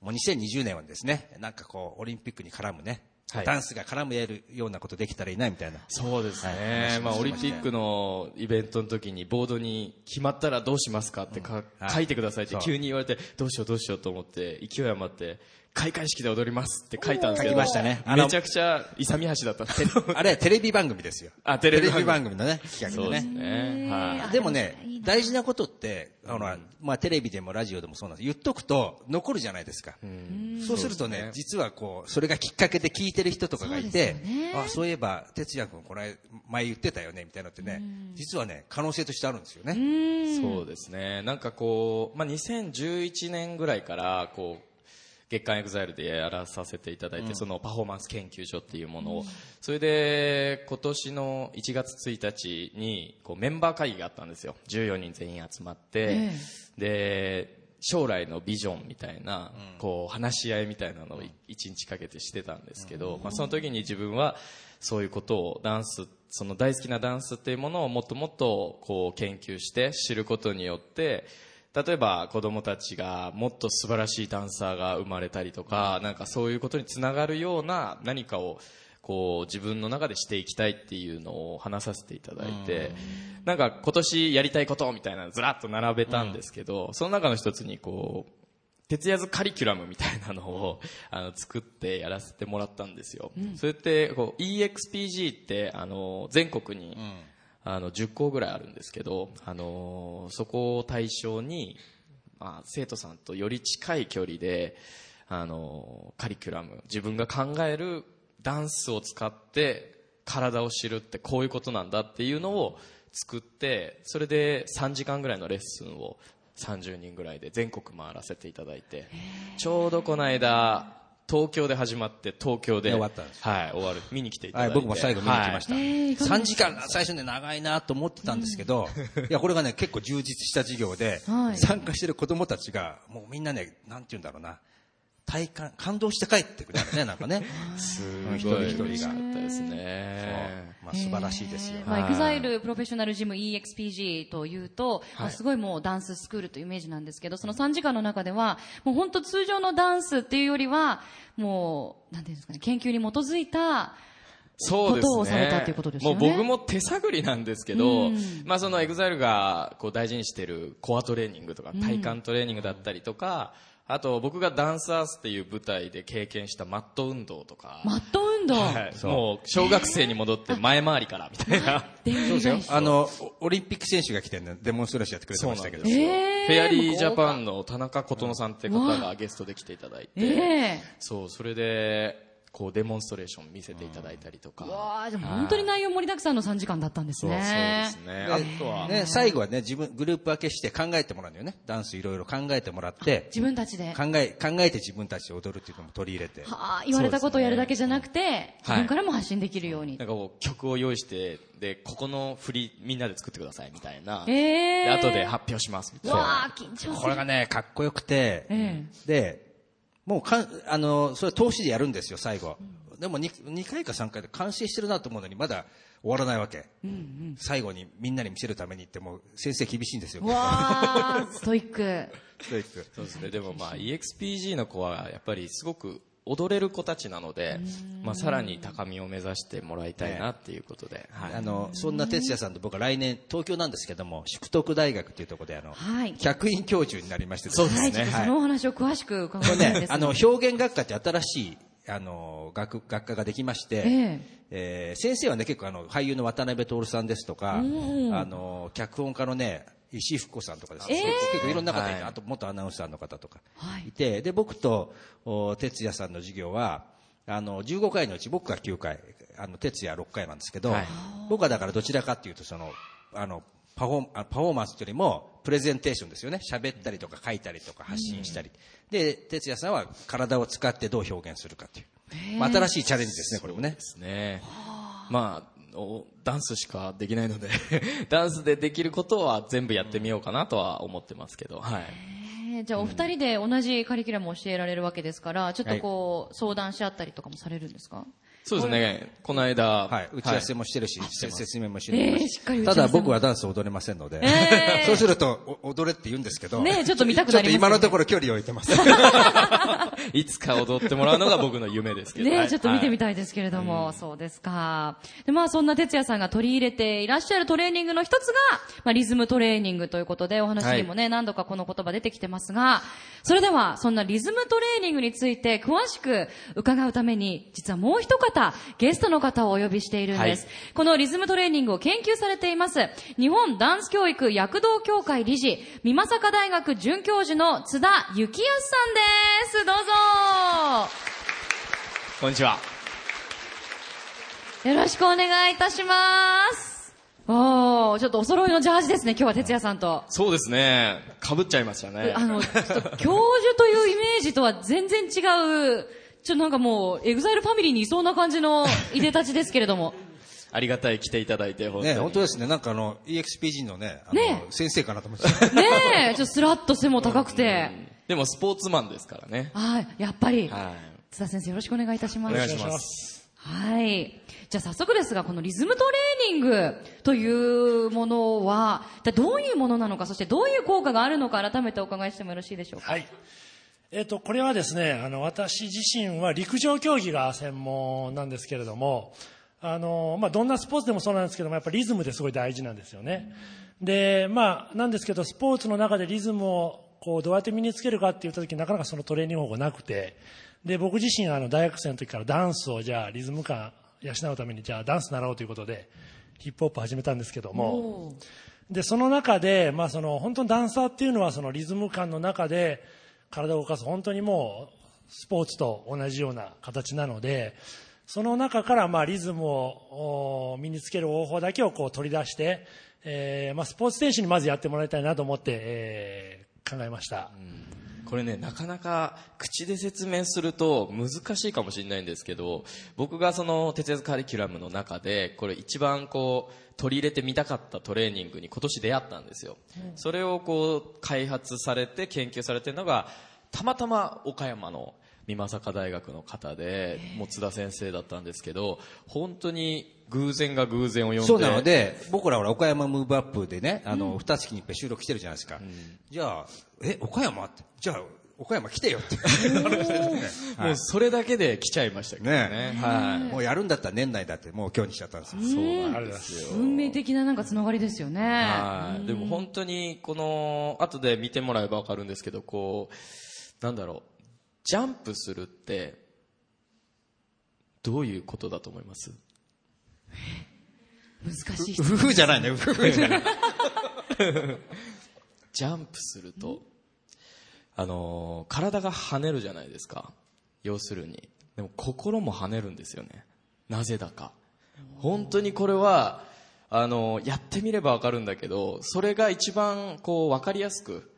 Speaker 2: もう2020年はですね、なんかこう、オリンピックに絡むね、
Speaker 5: はい
Speaker 2: ダンスが絡むやるようなことできたらいいな、みたいな。
Speaker 5: そうですね、
Speaker 2: はい
Speaker 5: まあ、オリンピックのイベントの時にボードに決まったらどうしますかってか、
Speaker 2: はい
Speaker 5: 書いてくださいって
Speaker 2: そう
Speaker 5: 急に言われてどうしようどうしようと思って勢い余って開会式で踊りますって書いたんですけど
Speaker 2: 書きましたねあの
Speaker 5: めちゃくちゃ勇み足だったんですけど
Speaker 2: あれはテレビ番組ですよ。
Speaker 5: あテレビ
Speaker 2: テレ
Speaker 5: 番
Speaker 2: ビ番組
Speaker 5: 組
Speaker 2: のね、企画
Speaker 5: そう
Speaker 2: で
Speaker 5: で
Speaker 2: ね
Speaker 5: す。ね、は
Speaker 2: でもね、大事なことって、あの、まあ、テレビでもラジオでもそうなんです言っとくと残るじゃないですか。そうするとね実はこう、それがきっかけで聞いてる人とかがいて、あ、そういえば、哲也君この間前言ってたよね、みたいなのってね、実はね、可能性としてあるんですよね。
Speaker 5: い、そうですねなんかこう、まあ、2011年ぐらいからこう月刊エグザイルでやらさせていただいて、そのパフォーマンス研究所っていうものを、それで今年の1月1日にこうメンバー会議があったんですよ14人全員集まって、で将来のビジョンみたいな、こう話し合いみたいなのを1日かけてしてたんですけど、まあ、その時に自分はそういうことをダンスその大好きなダンスっていうものをもっともっとこう研究して知ることによって例えば子供たちがもっと素晴らしいダンサーが生まれたりとか、なんかそういうことにつながるような何かをこう自分の中でしていきたいっていうのを話させていただいて、なんか今年やりたいことみたいなのずらっと並べたんですけど、その中の一つにこう、徹夜ずカリキュラムみたいなのを あの作ってやらせてもらったんですよ。それってこう EXPG ってあの全国に、あの10校ぐらいあるんですけど、あのーそこを対象に、まあ、生徒さんとより近い距離で、あのーカリキュラム自分が考えるダンスを使って体を知るってこういうことなんだっていうのを作ってそれで3時間ぐらいのレッスンを30人ぐらいで全国回らせていただいてちょうどこの間東京で始まって東京
Speaker 2: で
Speaker 5: で
Speaker 2: 終わったんです
Speaker 5: はい、終わる見に来ていた
Speaker 2: は
Speaker 5: だ
Speaker 2: いい、
Speaker 5: て、
Speaker 2: 僕も最後見に来ました。
Speaker 3: はいえーいかが
Speaker 2: 3時間、最初ね、長いなと思ってたんですけど、いや、これがね、結構充実した授業で、
Speaker 3: はい
Speaker 2: 参加してる子供たちが、もうみんなね、なんて言うんだろうな、体感、感動して帰ってくれるね、なんかね。
Speaker 5: す
Speaker 2: 一人一人が
Speaker 5: 嬉しかったです
Speaker 2: そう
Speaker 5: ね。
Speaker 2: まあ、素晴らしいですよ。
Speaker 3: まあ、
Speaker 5: はい
Speaker 3: EXILE プロフェッショナルジム EXPG というと、まあすごいもうダンススクールというイメージなんですけど、その3時間の中では、もう本当通常のダンスっていうよりは、もう、なんていうんですかね、研究に基づいた、
Speaker 5: そうですね。
Speaker 3: ことをされたっていうことですよね
Speaker 5: もう僕も手探りなんですけど、
Speaker 3: うん
Speaker 5: まあそのエグザイルがこう大事にしてるコアトレーニングとか体幹トレーニングだったりとか、あと僕がダンサーズっていう舞台で経験したマット運動とか、
Speaker 3: マット運動。
Speaker 5: はいもう小学生に戻って前回りからみた いな。
Speaker 3: で
Speaker 2: そうですよ。あの、オリンピック選手が来てね、デモンストレーションやってくれてましたけど。
Speaker 5: そうなんですよ
Speaker 3: えー
Speaker 5: フェアリージャパンの田中琴乃さんって方がゲストで来ていただい
Speaker 3: え
Speaker 5: て、
Speaker 3: え
Speaker 5: そう、それで、こうデモンストレーション見せていただいたりとか。
Speaker 3: わあ、じゃあ本当に内容盛りだくさんの3時間だったんです
Speaker 5: そうそうです
Speaker 3: ね。
Speaker 5: ね。あとは、
Speaker 2: ね、最後はね、自分、グループ分けして考えてもらうんだよね。ダンスいろいろ考えてもらって、
Speaker 3: 自分たちで。
Speaker 2: 考え、考えて自分たちで踊るっていうのも取り入れて。
Speaker 3: はあ、言われたことをやるだけじゃなくて、自分からも発信できるように。
Speaker 5: なんかこう曲を用意して、で、ここの振りみんなで作ってくださいみたいな。
Speaker 3: ええ
Speaker 5: で、後で発表しますみたい
Speaker 3: わ
Speaker 5: な。
Speaker 3: あ、緊張する。
Speaker 2: これがね、かっこよくて、
Speaker 3: え
Speaker 2: で、もうかん、あの、それは投資でやるんですよ、最後。でも 2, 2回か3回で完成してるなと思うのに、まだ終わらないわけ、最後にみんなに見せるためにって、もう先生厳しいんですよ。
Speaker 3: わあ、ストイック。
Speaker 2: 教育
Speaker 5: そうですね。でもまあ EXPG の子はやっぱりすごく踊れる子たちなので、まあさらに高みを目指してもらいたいなっていうことで。はい
Speaker 2: あの、そんな哲也さんと僕は来年、東京なんですけども、淑徳大学っていうところで、あの、
Speaker 3: はい
Speaker 2: 客員教授になりまして
Speaker 5: そうです
Speaker 3: はい、
Speaker 5: ね
Speaker 3: ちょっと
Speaker 2: は
Speaker 3: そ
Speaker 2: い
Speaker 3: のお話を詳しく伺いた
Speaker 2: こ
Speaker 3: いん
Speaker 2: れ
Speaker 3: で
Speaker 2: ね
Speaker 3: す、
Speaker 2: あ
Speaker 3: が
Speaker 2: の、表現学科って新しい、あの、学、学科ができまして、
Speaker 3: え
Speaker 2: えー先生はね、結構あの、俳優の渡辺徹さんですとか、あの、脚本家のね、石井福子さんとかですね、
Speaker 3: えー
Speaker 2: 結構いろんな方いて、
Speaker 5: はい
Speaker 2: あと元アナウンサーの方とか
Speaker 3: はい
Speaker 2: いて、で、僕と、お哲也さんの授業は、あの、15回のうち僕が9回、あの、哲也6回なんですけど、
Speaker 5: はい
Speaker 2: 僕はだからどちらかっていうと、その、あの、パフォーあパフォーマンスというよりも、プレゼンテーションですよね。喋ったりとか書いたりとか発信したり。で、哲也さんは体を使ってどう表現するかっていう。まあ新しいチャレンジですね、これもね
Speaker 5: で。すね。まあ、おダンスしかできないので、 ダンスでできることは全部やってみようかなとは思ってますけど、はい。
Speaker 3: えーじゃあお二人で同じカリキュラムを教えられるわけですから、ちょっとこう、相談し合ったりとかもされるんですか
Speaker 5: そうですね。この間、
Speaker 2: はい。打ち合わせもしてるし、せ説明もして
Speaker 3: え
Speaker 2: る
Speaker 3: ー
Speaker 2: し。
Speaker 3: しっかり打ち合
Speaker 2: た
Speaker 3: わせも
Speaker 2: だ僕はダンス踊れませんので、
Speaker 3: えー
Speaker 2: そうするとお踊れって言うんですけど、
Speaker 3: ねえちょっと見たくなりますよね
Speaker 2: ちょっと今のところ距離を置いて ます。
Speaker 5: いつか踊ってもらうのが僕の夢ですけど。
Speaker 3: ね
Speaker 5: は
Speaker 3: え、
Speaker 5: い
Speaker 3: ちょっと見てみ
Speaker 5: はい
Speaker 3: たいですけれども、そうですか。で、まあそんな哲也さんが取り入れていらっしゃるトレーニングの一つが、まあリズムトレーニングということで、お話にもね、何度かこの言葉出てきてますが、それでは、そんなリズムトレーニングについて詳しく伺うために、実はもう一方、ゲストの方をお呼びしているんです。このリズムトレーニングを研究されています、日本ダンス教育躍動協会理事、美作大学准教授の津田幸康さんです。どうぞ
Speaker 5: こんにちは。
Speaker 3: よろしくお願いいたします。おー、ちょっとお揃いのジャージですね、今日は哲也さんと。
Speaker 5: そうですね。被っちゃいましたね。
Speaker 3: あの、ちょっと教授というイメージとは全然違う、ちょっとなんかもう、エグザイルファミリーにいそうな感じのいでたちですけれど も。
Speaker 5: ありがたい、来ていただいて、本当
Speaker 2: ね
Speaker 5: に。
Speaker 2: 本当ですね。なんかあの、EXPG のね、あの
Speaker 3: ねえ
Speaker 2: 先生かなと思ってた。
Speaker 3: ねえ、ちょっとスラッと背も高くて。
Speaker 5: でもスポーツマンですからね。
Speaker 3: はい、やっぱり。
Speaker 5: はい。
Speaker 3: 津田先生よろしくお願いいたします。
Speaker 5: お願いします。
Speaker 3: はい。じゃあ早速ですが、このリズムトレーニングというものは、一体どういうものなのか、そしてどういう効果があるのか改めてお伺いしてもよろしいでしょうか。
Speaker 6: はい。えっ、と、これはですね、あの、私自身は陸上競技が専門なんですけれども、あの、まあ、どんなスポーツでもそうなんですけども、やっぱリズムってすごい大事なんですよね。で、まあ、なんですけど、スポーツの中でリズムを、こう、どうやって身につけるかって言った時になかなかそのトレーニング方法がなくて、で、僕自身、あの、大学生の時からダンスを、じゃあ、リズム感養うために、じゃあ、ダンス習おうということで、ヒップホップ始めたんですけども、で、その中で、まあその、本当にダンサーっていうのはそのリズム感の中で体を動かす、本当にもう、スポーツと同じような形なので、その中からまあリズムをお身につける方法だけをこう取り出して、えーまあスポーツ選手にまずやってもらいたいなと思って、えー考えました。
Speaker 5: これね、なかなか口で説明すると難しいかもしれないんですけど、僕がその哲学カリキュラムの中で、これ一番こう、取り入れてみたかったトレーニングに今年出会ったんですよ。それをこう、開発されて研究されてるのが、たまたま岡山の美作大学の方で、もう津田先生だったんですけど、本当に偶然が偶然を呼んで、
Speaker 2: そうなので、僕らは岡山ムーブアップでね、あの、二月に一回収録来てるじゃないですか。じゃあ、え、岡山って、じゃあ、岡山来てよ って。
Speaker 5: もうそれだけで来ちゃいましたけどね。
Speaker 2: ね
Speaker 5: はい。
Speaker 2: もうやるんだったら年内だって、もう今日にしちゃったんですよ。
Speaker 5: そうなんですよ。
Speaker 3: 運命的ななんかつながりですよね。
Speaker 5: はい。でも本当に、この、後で見てもらえばわかるんですけど、こう、なんだろう、ジャンプするって、どういうことだと思います
Speaker 3: 難しい質問。
Speaker 2: 夫婦じゃないね、夫婦じゃない。
Speaker 5: ジャンプすると、あのー、体が跳ねるじゃないですか。要するに。でも心も跳ねるんですよね。なぜだか。本当にこれは、あのー、やってみればわかるんだけど、それが一番こうわかりやすく、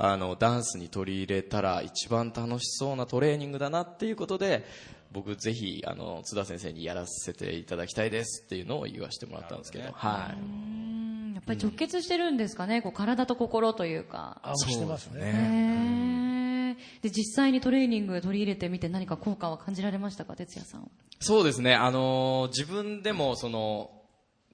Speaker 5: あの、ダンスに取り入れたら一番楽しそうなトレーニングだなっていうことで、僕ぜひ、あの、津田先生にやらせていただきたいですっていうのを言わせてもらったんですけど、はい。
Speaker 3: うんやっぱり直結してるんですかね、こう体と心というか。
Speaker 6: あしてますね
Speaker 3: へーで、実際にトレーニング取り入れてみて何か効果は感じられましたか、哲也さんは。
Speaker 5: そうですね、あのー自分でもその、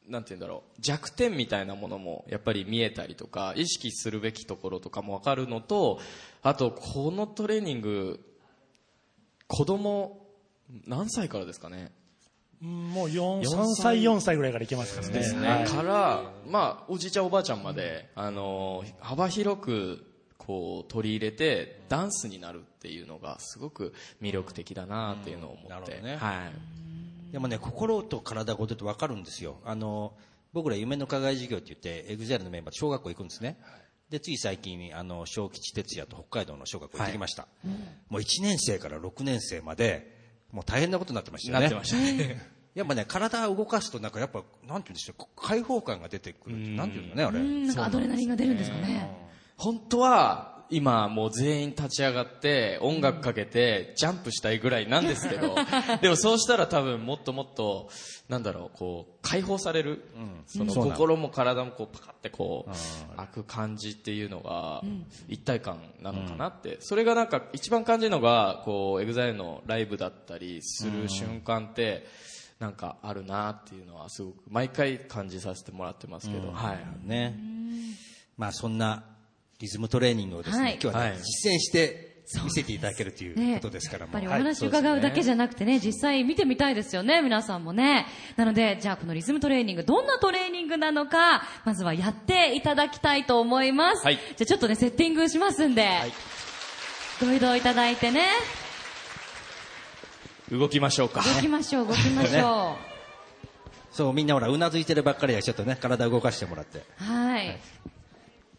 Speaker 5: なんて言うんだろう、弱点みたいなものもやっぱり見えたりとか、意識するべきところとかもわかるのと、あと、このトレーニング、子供、何歳からですかね
Speaker 6: うんもう
Speaker 5: 4
Speaker 6: 4、3歳、4歳ぐらいからいけますからね。
Speaker 5: ですね、
Speaker 6: はい
Speaker 5: から、まあ、おじいちゃんおばあちゃんまで、あのー幅広く、こう、取り入れて、ダンスになるっていうのが、すごく魅力的だなっていうのを思って。
Speaker 2: うんなるほどね
Speaker 5: はい。
Speaker 2: でもね、心と体ごとって分かるんですよ。あの、僕ら夢の課外授業って言って、エグゼルのメンバーと小学校行くんですね。で、つい最近、あの、小吉哲也と北海道の小学校行ってきました。もう1年生から6年生まで、もう大変なことになってましたよね。
Speaker 5: なってましたね。
Speaker 2: やっぱね、体を動かすとなんかやっぱ、なんて言うんでしょう、解放感が出てくる。なんて言うんだね、あれ。
Speaker 3: うん、なんかアドレナリンが出るんですかね。
Speaker 5: 本当は今もう全員立ち上がって音楽かけてジャンプしたいぐらいなんですけどでもそうしたら多分もっともっとなんだろうこう解放される、その
Speaker 2: そうなの
Speaker 5: 心も体もこうパカってこう開く感じっていうのが一体感なのかなって、それがなんか一番感じるのがこう EXILE のライブだったりする瞬間ってなんかあるなっていうのはすごく毎回感じさせてもらってますけど、はい。
Speaker 2: ね。まあそんなリズムトレーニングをですね、
Speaker 3: はい
Speaker 2: 今日はね、
Speaker 5: はい
Speaker 2: 実践して見せていただけるということですから
Speaker 3: やっ
Speaker 2: も
Speaker 3: ぱり
Speaker 2: う、
Speaker 3: お
Speaker 2: はい
Speaker 3: 話伺うだけじゃなくてね、実際見てみたいですよね、皆さんもね。なので、じゃあこのリズムトレーニング、どんなトレーニングなのか、まずはやっていただきたいと思います。
Speaker 5: はい
Speaker 3: じゃあちょっとね、セッティングしますんで、ご移動いただいてね、
Speaker 5: 動きましょうか。
Speaker 3: 動きましょう、動きましょう。
Speaker 2: そう、みんなほら、うなずいてるばっかりで、ちょっとね、体動かしてもらって、
Speaker 3: はい。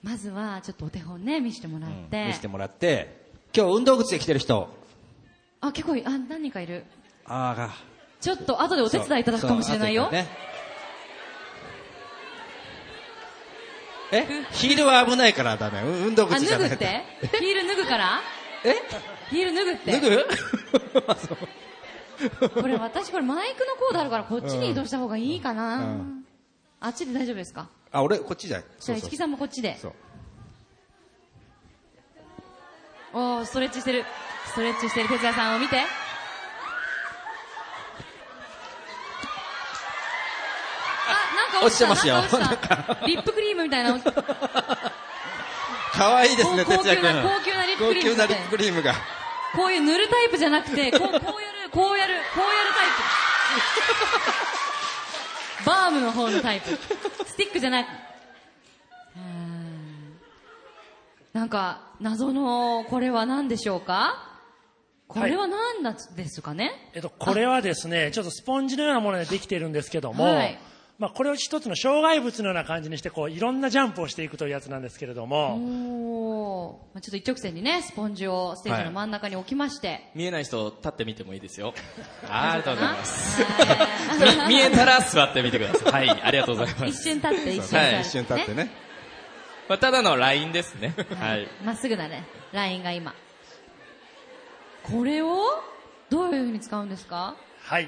Speaker 3: まずは、ちょっとお手本ね、見せてもらって。
Speaker 2: 見せてもらって、今日運動靴で来てる人、
Speaker 3: あ、結構い、あ、何人かいる。
Speaker 2: あーが、
Speaker 3: ちょっと、後でお
Speaker 2: お
Speaker 3: 手伝いいただくかもしれないよ。
Speaker 2: ね、えヒールは危ないからだね。う運動
Speaker 3: あ、
Speaker 2: 靴じゃ
Speaker 3: 脱ぐ
Speaker 2: な
Speaker 3: っ
Speaker 2: く
Speaker 3: てヒール脱ぐから
Speaker 2: え
Speaker 3: ヒール脱ぐって。
Speaker 2: 脱ぐ
Speaker 3: これ私これマイクのコードあるからこっちに移動した方がいいかな、あっちで大丈夫ですか
Speaker 2: あ、俺、こっちじゃない。
Speaker 3: じゃあ市木さんもこっちで
Speaker 2: そう。
Speaker 3: おおストレッチしてるストレッチしてる哲也さんを見てあなんか落ちた
Speaker 2: 落ちてま
Speaker 3: なん
Speaker 2: すよ
Speaker 3: か落ちたリップクリームみたいな
Speaker 2: かわいいですね、
Speaker 3: 高
Speaker 2: 哲也
Speaker 3: 高級な
Speaker 2: 君。
Speaker 3: 高
Speaker 2: 高
Speaker 3: 級
Speaker 2: 級
Speaker 3: な
Speaker 2: な
Speaker 3: リ
Speaker 2: リ
Speaker 3: ップ
Speaker 2: ップ
Speaker 3: ク
Speaker 2: クリームが。
Speaker 3: こういう塗るタイプじゃなくて、こう、こうやる、こうやる、こうやるタイプ。バームの方のタイプ。スティックじゃなく。うーんなんか、謎の、これは何でしょうかこれは何なんですかね、
Speaker 6: えっと、これはですね、ちょっとスポンジのようなものでできているんですけども、
Speaker 3: はい
Speaker 6: まあ、これを一つの障害物のような感じにして、こう、いろんなジャンプをしていくというやつなんですけれども、
Speaker 3: おーまあちょっと一直線にね、スポンジをステージの真ん中に置きまして。
Speaker 5: 見えない人立ってみてもいい ですよ。あーありがとうございます。
Speaker 3: はい
Speaker 5: み見えたら座ってみてください。はい、ありがとうございま
Speaker 3: 一
Speaker 5: す。
Speaker 3: 瞬立って、一瞬立って、
Speaker 5: はい
Speaker 2: 一瞬立ってね。
Speaker 5: まあ、ただのラインですね。は
Speaker 3: はいい。、まっすぐだね、ラインが今。これをどういうふうに使うんですか
Speaker 6: はい。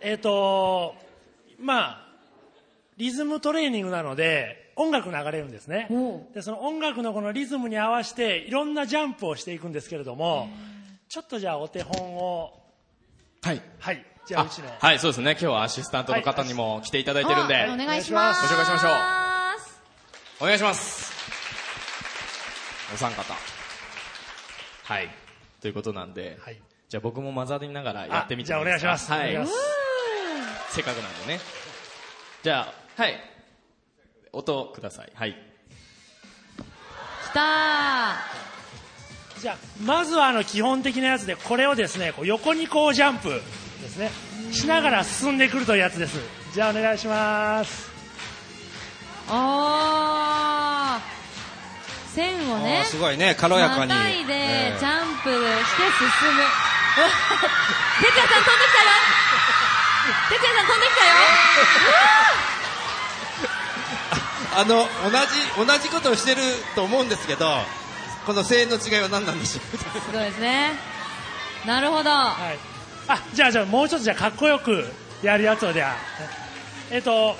Speaker 6: えっ、と、まあ、リズムトレーニングなので、音楽流れるんですね
Speaker 3: おう。
Speaker 6: で、その音楽のこのリズムに合わせて、いろんなジャンプをしていくんですけれども、ちょっとじゃあお手本を
Speaker 7: はい。
Speaker 6: はいじゃあうちの
Speaker 5: はい、そうですね。今日はアシスタントの方にも来ていただいてるんで、
Speaker 3: お願いします。
Speaker 5: ご紹介しましょう
Speaker 3: う。
Speaker 5: お願いします。お三方。はい。ということなんで、
Speaker 6: はい
Speaker 5: じゃあ僕も混ざりながらやってみて
Speaker 6: あじゃあお願いします
Speaker 5: はい
Speaker 6: お願いします
Speaker 5: せっかくなんでね。じゃあ、はい。音ください。はい。
Speaker 3: きた
Speaker 6: じゃあまずはあの基本的なやつでこれをですねこう横にこうジャンプですねしながら進んでくるというやつですじゃあお願いします
Speaker 3: ー。おー。線をね
Speaker 2: あー、すごいね、軽やか
Speaker 3: ま
Speaker 2: に。
Speaker 3: たいで
Speaker 2: ええ
Speaker 3: ジャンプして進む。 哲也さん飛んできたよ哲也さん飛んできたよ
Speaker 2: あの、同じ、同じことをしてると思うんですけど、この声援の違いは何なんでしょう
Speaker 3: すごいですね。なるほど。は
Speaker 6: はいあじゃあじゃあもうちょっとじゃあかっこよくやるやつをじゃあえっと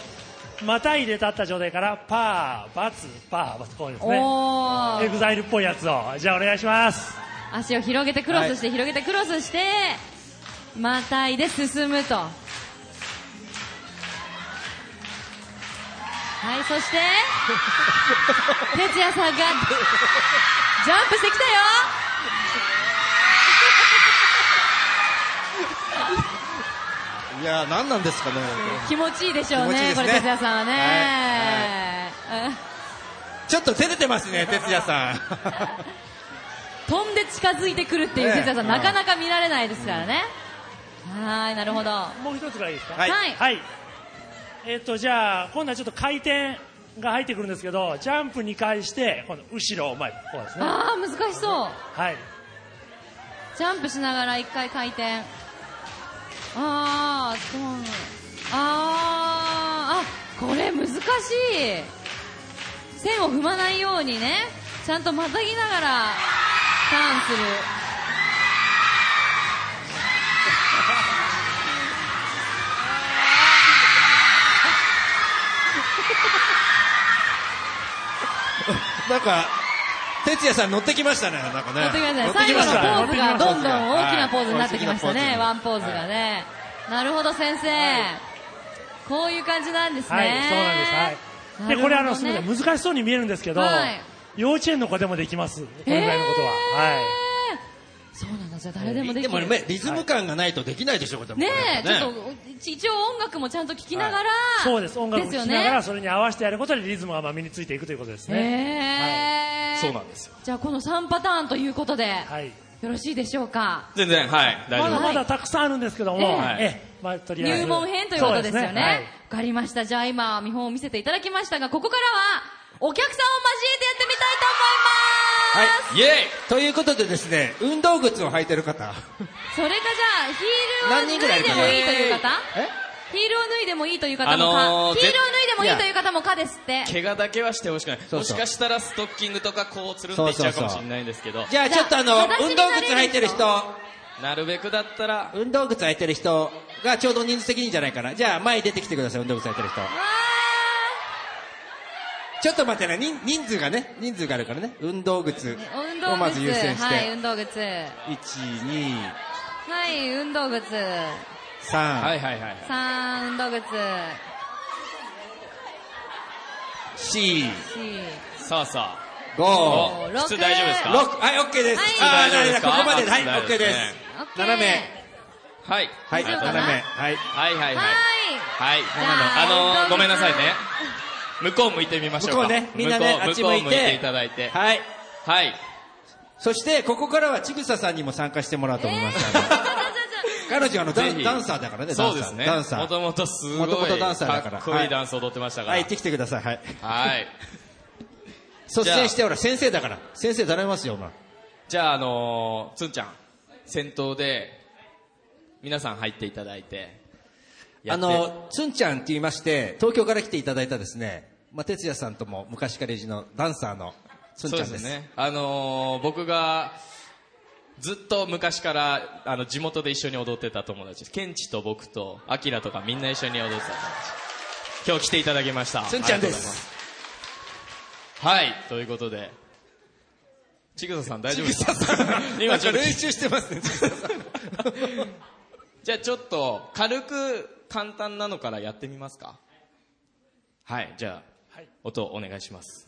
Speaker 6: また入れ立った状態からパーバツパーバツこうですね
Speaker 3: お
Speaker 6: エグ
Speaker 3: ー。
Speaker 6: ザイルっぽいやつをじゃあお願いします
Speaker 3: 足を広げてクロスして、広げてクロスして、またいで進むと。はい、そ して、哲也さんが、ジャンプしてきたよ
Speaker 2: いやー、何なんですかね。
Speaker 3: 気持ちいいでしょう
Speaker 2: 気持ちいい
Speaker 3: ね、
Speaker 2: です
Speaker 3: こ
Speaker 2: ね
Speaker 3: れ哲也さんはね。うん
Speaker 2: ちょっと照れてますね、哲也さん。
Speaker 3: 飛んで近づいてくるっていう
Speaker 2: ね
Speaker 3: 哲也さん、
Speaker 2: うん
Speaker 3: なかなか見られないですからね。はーい、なるほど。は
Speaker 6: もう一つぐらいいですか
Speaker 2: はい
Speaker 3: い。
Speaker 6: はい。えっ、と、じゃあ、今度はちょっと回転が入ってくるんですけど、ジャンプ2回して、今度、後ろを前、こうですね。
Speaker 3: あー、難しそう。
Speaker 6: はい。
Speaker 3: ジャンプしながら一回回転。あー、そう。あー、あ、これ難しい。線を踏まないようにね、ちゃんとまたぎながらターンする。
Speaker 2: なんか、哲也さん乗ってきましたね、なんかね。
Speaker 3: やってください。最後のポーズがどんどん大きなポーズになってきましたね。ワンポーズがね。なるほど、先生。こういう感じなんですね。
Speaker 6: はい、そうなんです。はい。で、これ、あの、すみません、難しそうに見えるんですけど、
Speaker 3: はい
Speaker 6: 幼稚園の子でもできます。このぐらいのことは。はい。
Speaker 3: そうなんだ、じゃあ誰でもで
Speaker 2: で
Speaker 3: き
Speaker 2: も
Speaker 3: る。
Speaker 2: ね、リズム感がないとできないでしょ、これ
Speaker 3: ねえ、ちょっ
Speaker 2: っ
Speaker 3: と、一一応音楽もちゃんと聴きながら、
Speaker 6: そうです。音楽を聴きながら、
Speaker 3: です
Speaker 6: それに合わせてやることでリズムがまあ身についていくということです
Speaker 3: よ
Speaker 6: ね。
Speaker 3: ね。へえ
Speaker 5: そうなんですよ。
Speaker 3: じゃあこの3パターンということで、
Speaker 6: はい。
Speaker 3: よろしいでしょうか。
Speaker 5: 全然、はい、大
Speaker 6: ま
Speaker 5: 丈
Speaker 6: だ
Speaker 5: 夫。
Speaker 6: まだたくさんあるんですけども、
Speaker 3: はい
Speaker 6: ええ、まあ、とりあえず。
Speaker 3: 入門編ということですよ
Speaker 6: そ
Speaker 3: ね。わ、
Speaker 6: はい
Speaker 3: かりました。じゃあ今、見本を見せていただきましたが、ここからは、お客さんを交えてやってみたいと思います。
Speaker 5: イェイ
Speaker 2: ということでですね、運動靴を履いてる方。
Speaker 3: それかじゃあ、
Speaker 2: 何
Speaker 3: ヒー
Speaker 2: 人
Speaker 3: ルを
Speaker 2: ぐら
Speaker 3: 脱い
Speaker 2: いいる
Speaker 3: で
Speaker 2: か
Speaker 3: も
Speaker 2: な
Speaker 3: いういという方
Speaker 2: え
Speaker 3: ヒールを脱いでもいいという方もか、
Speaker 5: あのー
Speaker 3: ヒールを脱
Speaker 5: ぜ
Speaker 3: いでもいいという方もかですって。
Speaker 5: 怪我だけはしてほしくない
Speaker 2: そう
Speaker 5: も
Speaker 2: そう
Speaker 5: しかしたらストッキングとかこうつるんっていっちゃうかもしれないんですけど
Speaker 2: じゃあちょっとあの、
Speaker 3: じゃあ
Speaker 2: 運動靴履いてる人、
Speaker 5: なるべくだったら
Speaker 2: 運動靴履いてる人がちょうど人数的にいいんじゃないかな。じゃあ前に出てきてください、運動靴履いてる人。
Speaker 3: わ
Speaker 2: ちょっと待ってね、人人数がね、人数があるからね、運動靴
Speaker 3: ー運
Speaker 2: を
Speaker 3: 動
Speaker 2: まず優
Speaker 3: 靴。
Speaker 2: 先し
Speaker 3: はい、
Speaker 2: て。
Speaker 3: 運動靴。
Speaker 2: 1、2、
Speaker 3: はい、運動靴。
Speaker 5: は
Speaker 2: 3、
Speaker 5: いはいはいはい
Speaker 3: 3、運動靴。
Speaker 2: 4、
Speaker 3: 4、
Speaker 5: さあさ
Speaker 2: 5、
Speaker 5: あ
Speaker 3: 5、6。
Speaker 5: 靴大丈夫ですか
Speaker 2: 六はい、オッケーです。
Speaker 3: はい
Speaker 2: あー
Speaker 5: 大丈夫ですか
Speaker 2: ここまで、はい、
Speaker 5: 大
Speaker 2: オッ
Speaker 5: 丈夫
Speaker 2: ケー
Speaker 5: です
Speaker 2: で
Speaker 5: ね
Speaker 2: す。
Speaker 3: オッケー
Speaker 2: 斜め。
Speaker 5: あはい
Speaker 2: はい、
Speaker 3: 大丈夫か
Speaker 2: 斜
Speaker 3: な
Speaker 2: め。はい。
Speaker 5: はいはい
Speaker 3: は
Speaker 5: はい
Speaker 3: い。
Speaker 5: はい
Speaker 3: ゃあ
Speaker 5: あのー
Speaker 3: どうぞ
Speaker 5: ごめんなさいね向こう向いてみましょう
Speaker 2: 向こ
Speaker 5: か
Speaker 2: うね、みんなね、
Speaker 5: 向こう
Speaker 2: あっち
Speaker 5: 向こ
Speaker 2: 向
Speaker 5: う
Speaker 2: い
Speaker 5: 向いてい
Speaker 2: て
Speaker 5: ただいて
Speaker 2: はい。
Speaker 5: はい
Speaker 2: そして、ここからはちぐささんにも参加してもらおうと思います。
Speaker 3: えーちょちょち
Speaker 2: 彼女はあのダ
Speaker 5: ぜ
Speaker 2: ン
Speaker 5: ひ
Speaker 2: ダンサーだからね、ダンサー。
Speaker 5: そうですね
Speaker 2: ダンサー。
Speaker 5: もともとすごい
Speaker 2: 元々ダンサーだから
Speaker 5: っこいいダンス踊ってましたから
Speaker 2: はい、行ってきてください。はい。
Speaker 5: はい
Speaker 2: 率先して、ほら、先生だから。先生頼みますよ、お前。
Speaker 5: じゃああのーつんちゃん先頭で皆さん入っていただいてや
Speaker 2: あ
Speaker 5: って
Speaker 2: の、つんちゃんって言いまして、東京から来ていただいたですね、まあ、哲也さんとも昔から一緒のダンサーのつんちゃんです。
Speaker 5: そうですね。あのー僕が、ずっと昔から、あの、地元で一緒に踊ってた友達です。ケンチと僕と、アキラとかみんな一緒に踊ってた友達。今日来ていただきました。
Speaker 2: つんちゃんで。
Speaker 5: ありがとうございますす。はい、ということで、ちぐささん大丈夫ですか
Speaker 2: 今
Speaker 5: 今
Speaker 2: ち
Speaker 5: ち
Speaker 2: ょっ
Speaker 5: ょっ
Speaker 2: と
Speaker 5: と
Speaker 2: 練習してますね。
Speaker 5: じゃあちょっと軽く簡単なのからやってみますかはいじゃあ、音お願いします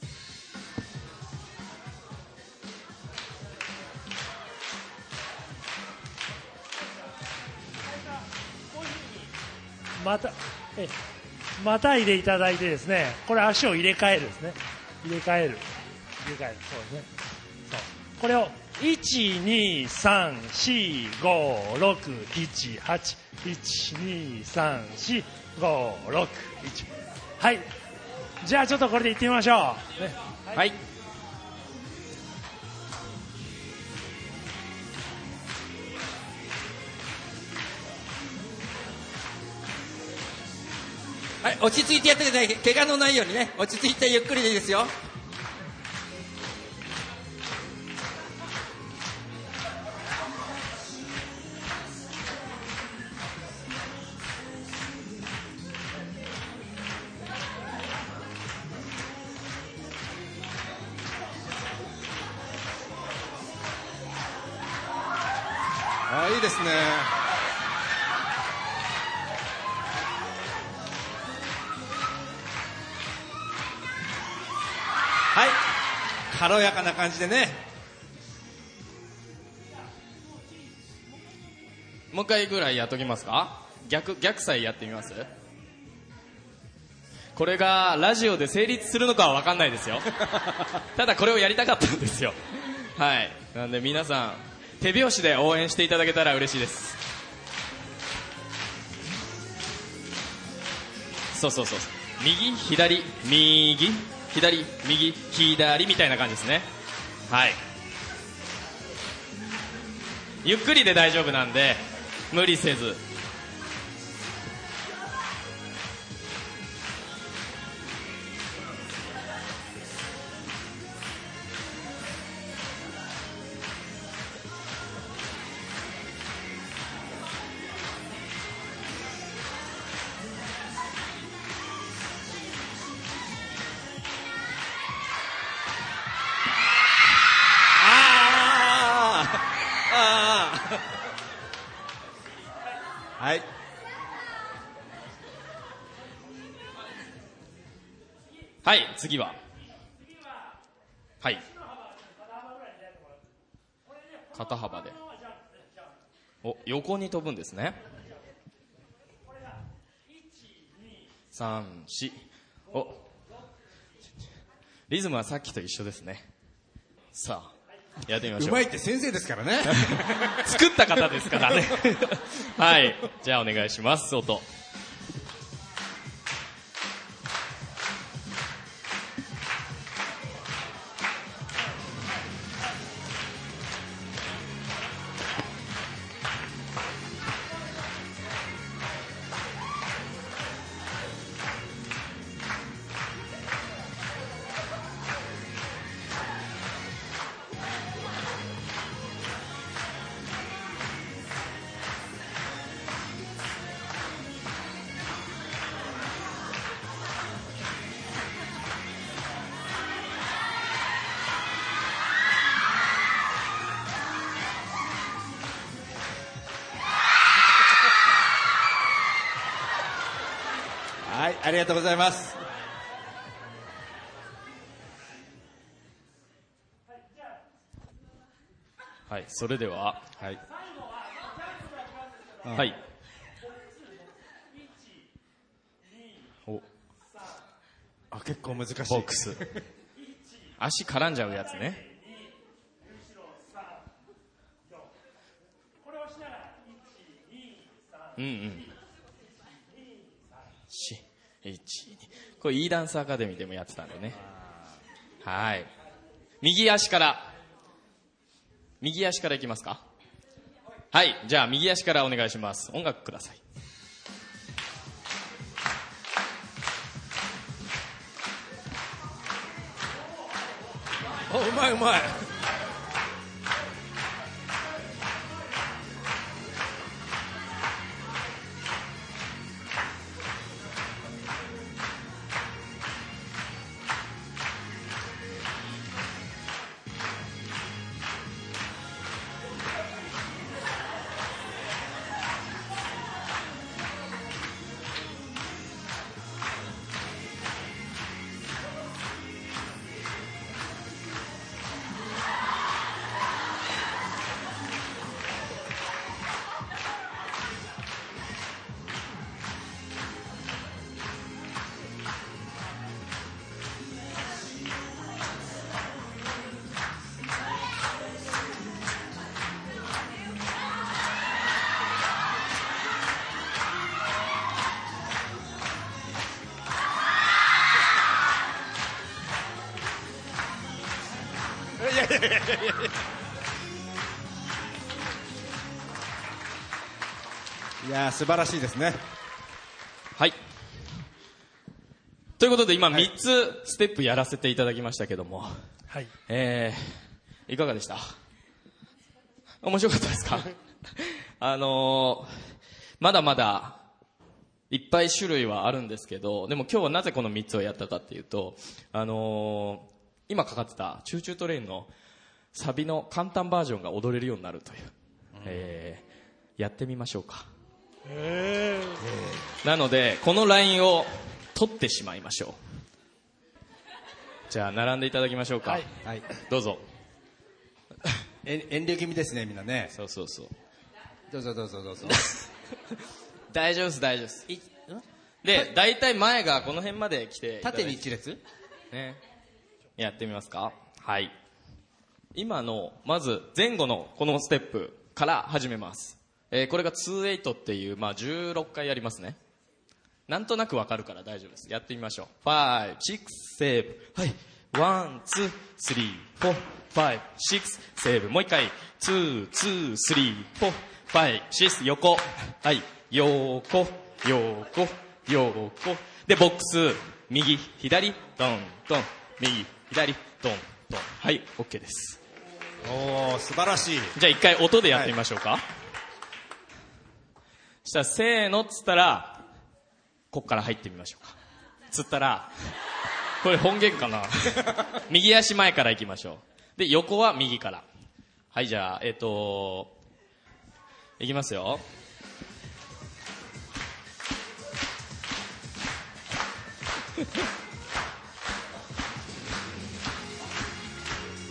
Speaker 6: またえまたいでいただいてですねこれ足を入れ替えるですね入れ替える入れ替えるそうですねそうこれを123456781234561はいじゃあちょっとこれでいってみましょう、ね、
Speaker 5: はい
Speaker 2: はい、落ち着いてやってください。怪我のないようにね。落ち着いてゆっくりでいいですよ。あ、いいですね。はい。軽やかな感じでね。
Speaker 5: もう一回ぐらいやっときますか逆逆再やってみますこれがラジオで成立するのかは分かんないですよただこれをやりたかったんですよはいなんで皆さん手拍子で応援していただけたら嬉しいですそうそうそう右左右左右左みたいな感じですねはいゆっくりで大丈夫なんで無理せず
Speaker 2: あああはい
Speaker 5: はい次ははい肩幅でお横に飛ぶんですね34おリズムはさっきと一緒ですねさあやってみましょ
Speaker 2: う
Speaker 5: う
Speaker 2: まいって先生ですからね
Speaker 5: 作った方ですからね はいじゃあお願いします音
Speaker 2: はいありがとうございます
Speaker 5: はいそれでははいはいお
Speaker 2: あ結構難しい
Speaker 5: ボックス足絡んじゃうやつねうんうんし1 2これ E ダンスアカデミーでもやってたんでねはい右足から右足からいきますかはいじゃあ右足からお願いします音楽ください
Speaker 2: おうまいうまい
Speaker 5: はい。
Speaker 2: いやー素晴らしいですね
Speaker 5: はい。ということで今3つステップやらせていただきましたけども、
Speaker 6: はい。
Speaker 5: えー、いかがでした面白かったですか あのー、まだまだいっぱい種類はあるんですけど、でも今日はなぜこの3つをやったかっていうと、あのー、今かかってたチューチュートレインのサビの簡単バージョンが踊れるようになるという、えー、やってみましょうか。なので、このラインを取ってしまいましょう。じゃあ、並んでいただきましょうか。
Speaker 6: はい
Speaker 2: はい
Speaker 5: どうぞ。
Speaker 2: え遠慮気味ですねみんなね
Speaker 5: そうそうそう。
Speaker 2: どうぞどうぞどうぞ
Speaker 5: 大丈夫です、大丈夫です。
Speaker 2: いん
Speaker 5: で、大体前がこの辺まで来ていただ
Speaker 2: 縦
Speaker 5: いて
Speaker 2: に一列
Speaker 5: ね。やってみますか。はい。今の、まず前後のこのステップから始めます。えーこれが28っていう、まあ16回やりますね。なんとなくわかるから大丈夫です。やってみましょう。5、6、7、はい。1、2、3、4、5、6、7、もう一回。2、2、3、4、5、6、横。はい。横、横、横。で、ボックス、右、左、ドン、ドン、右、左、ドン、ドン。はい、OK です。
Speaker 2: おお素晴らしい
Speaker 5: じゃあ一回音でやってみましょうか。そしたら、せーのっつったら、こっから入ってみましょうか。つったら、これ本源かな右足前から行きましょう。で、横は右から。はい、じゃあ、えっ、といきますよ。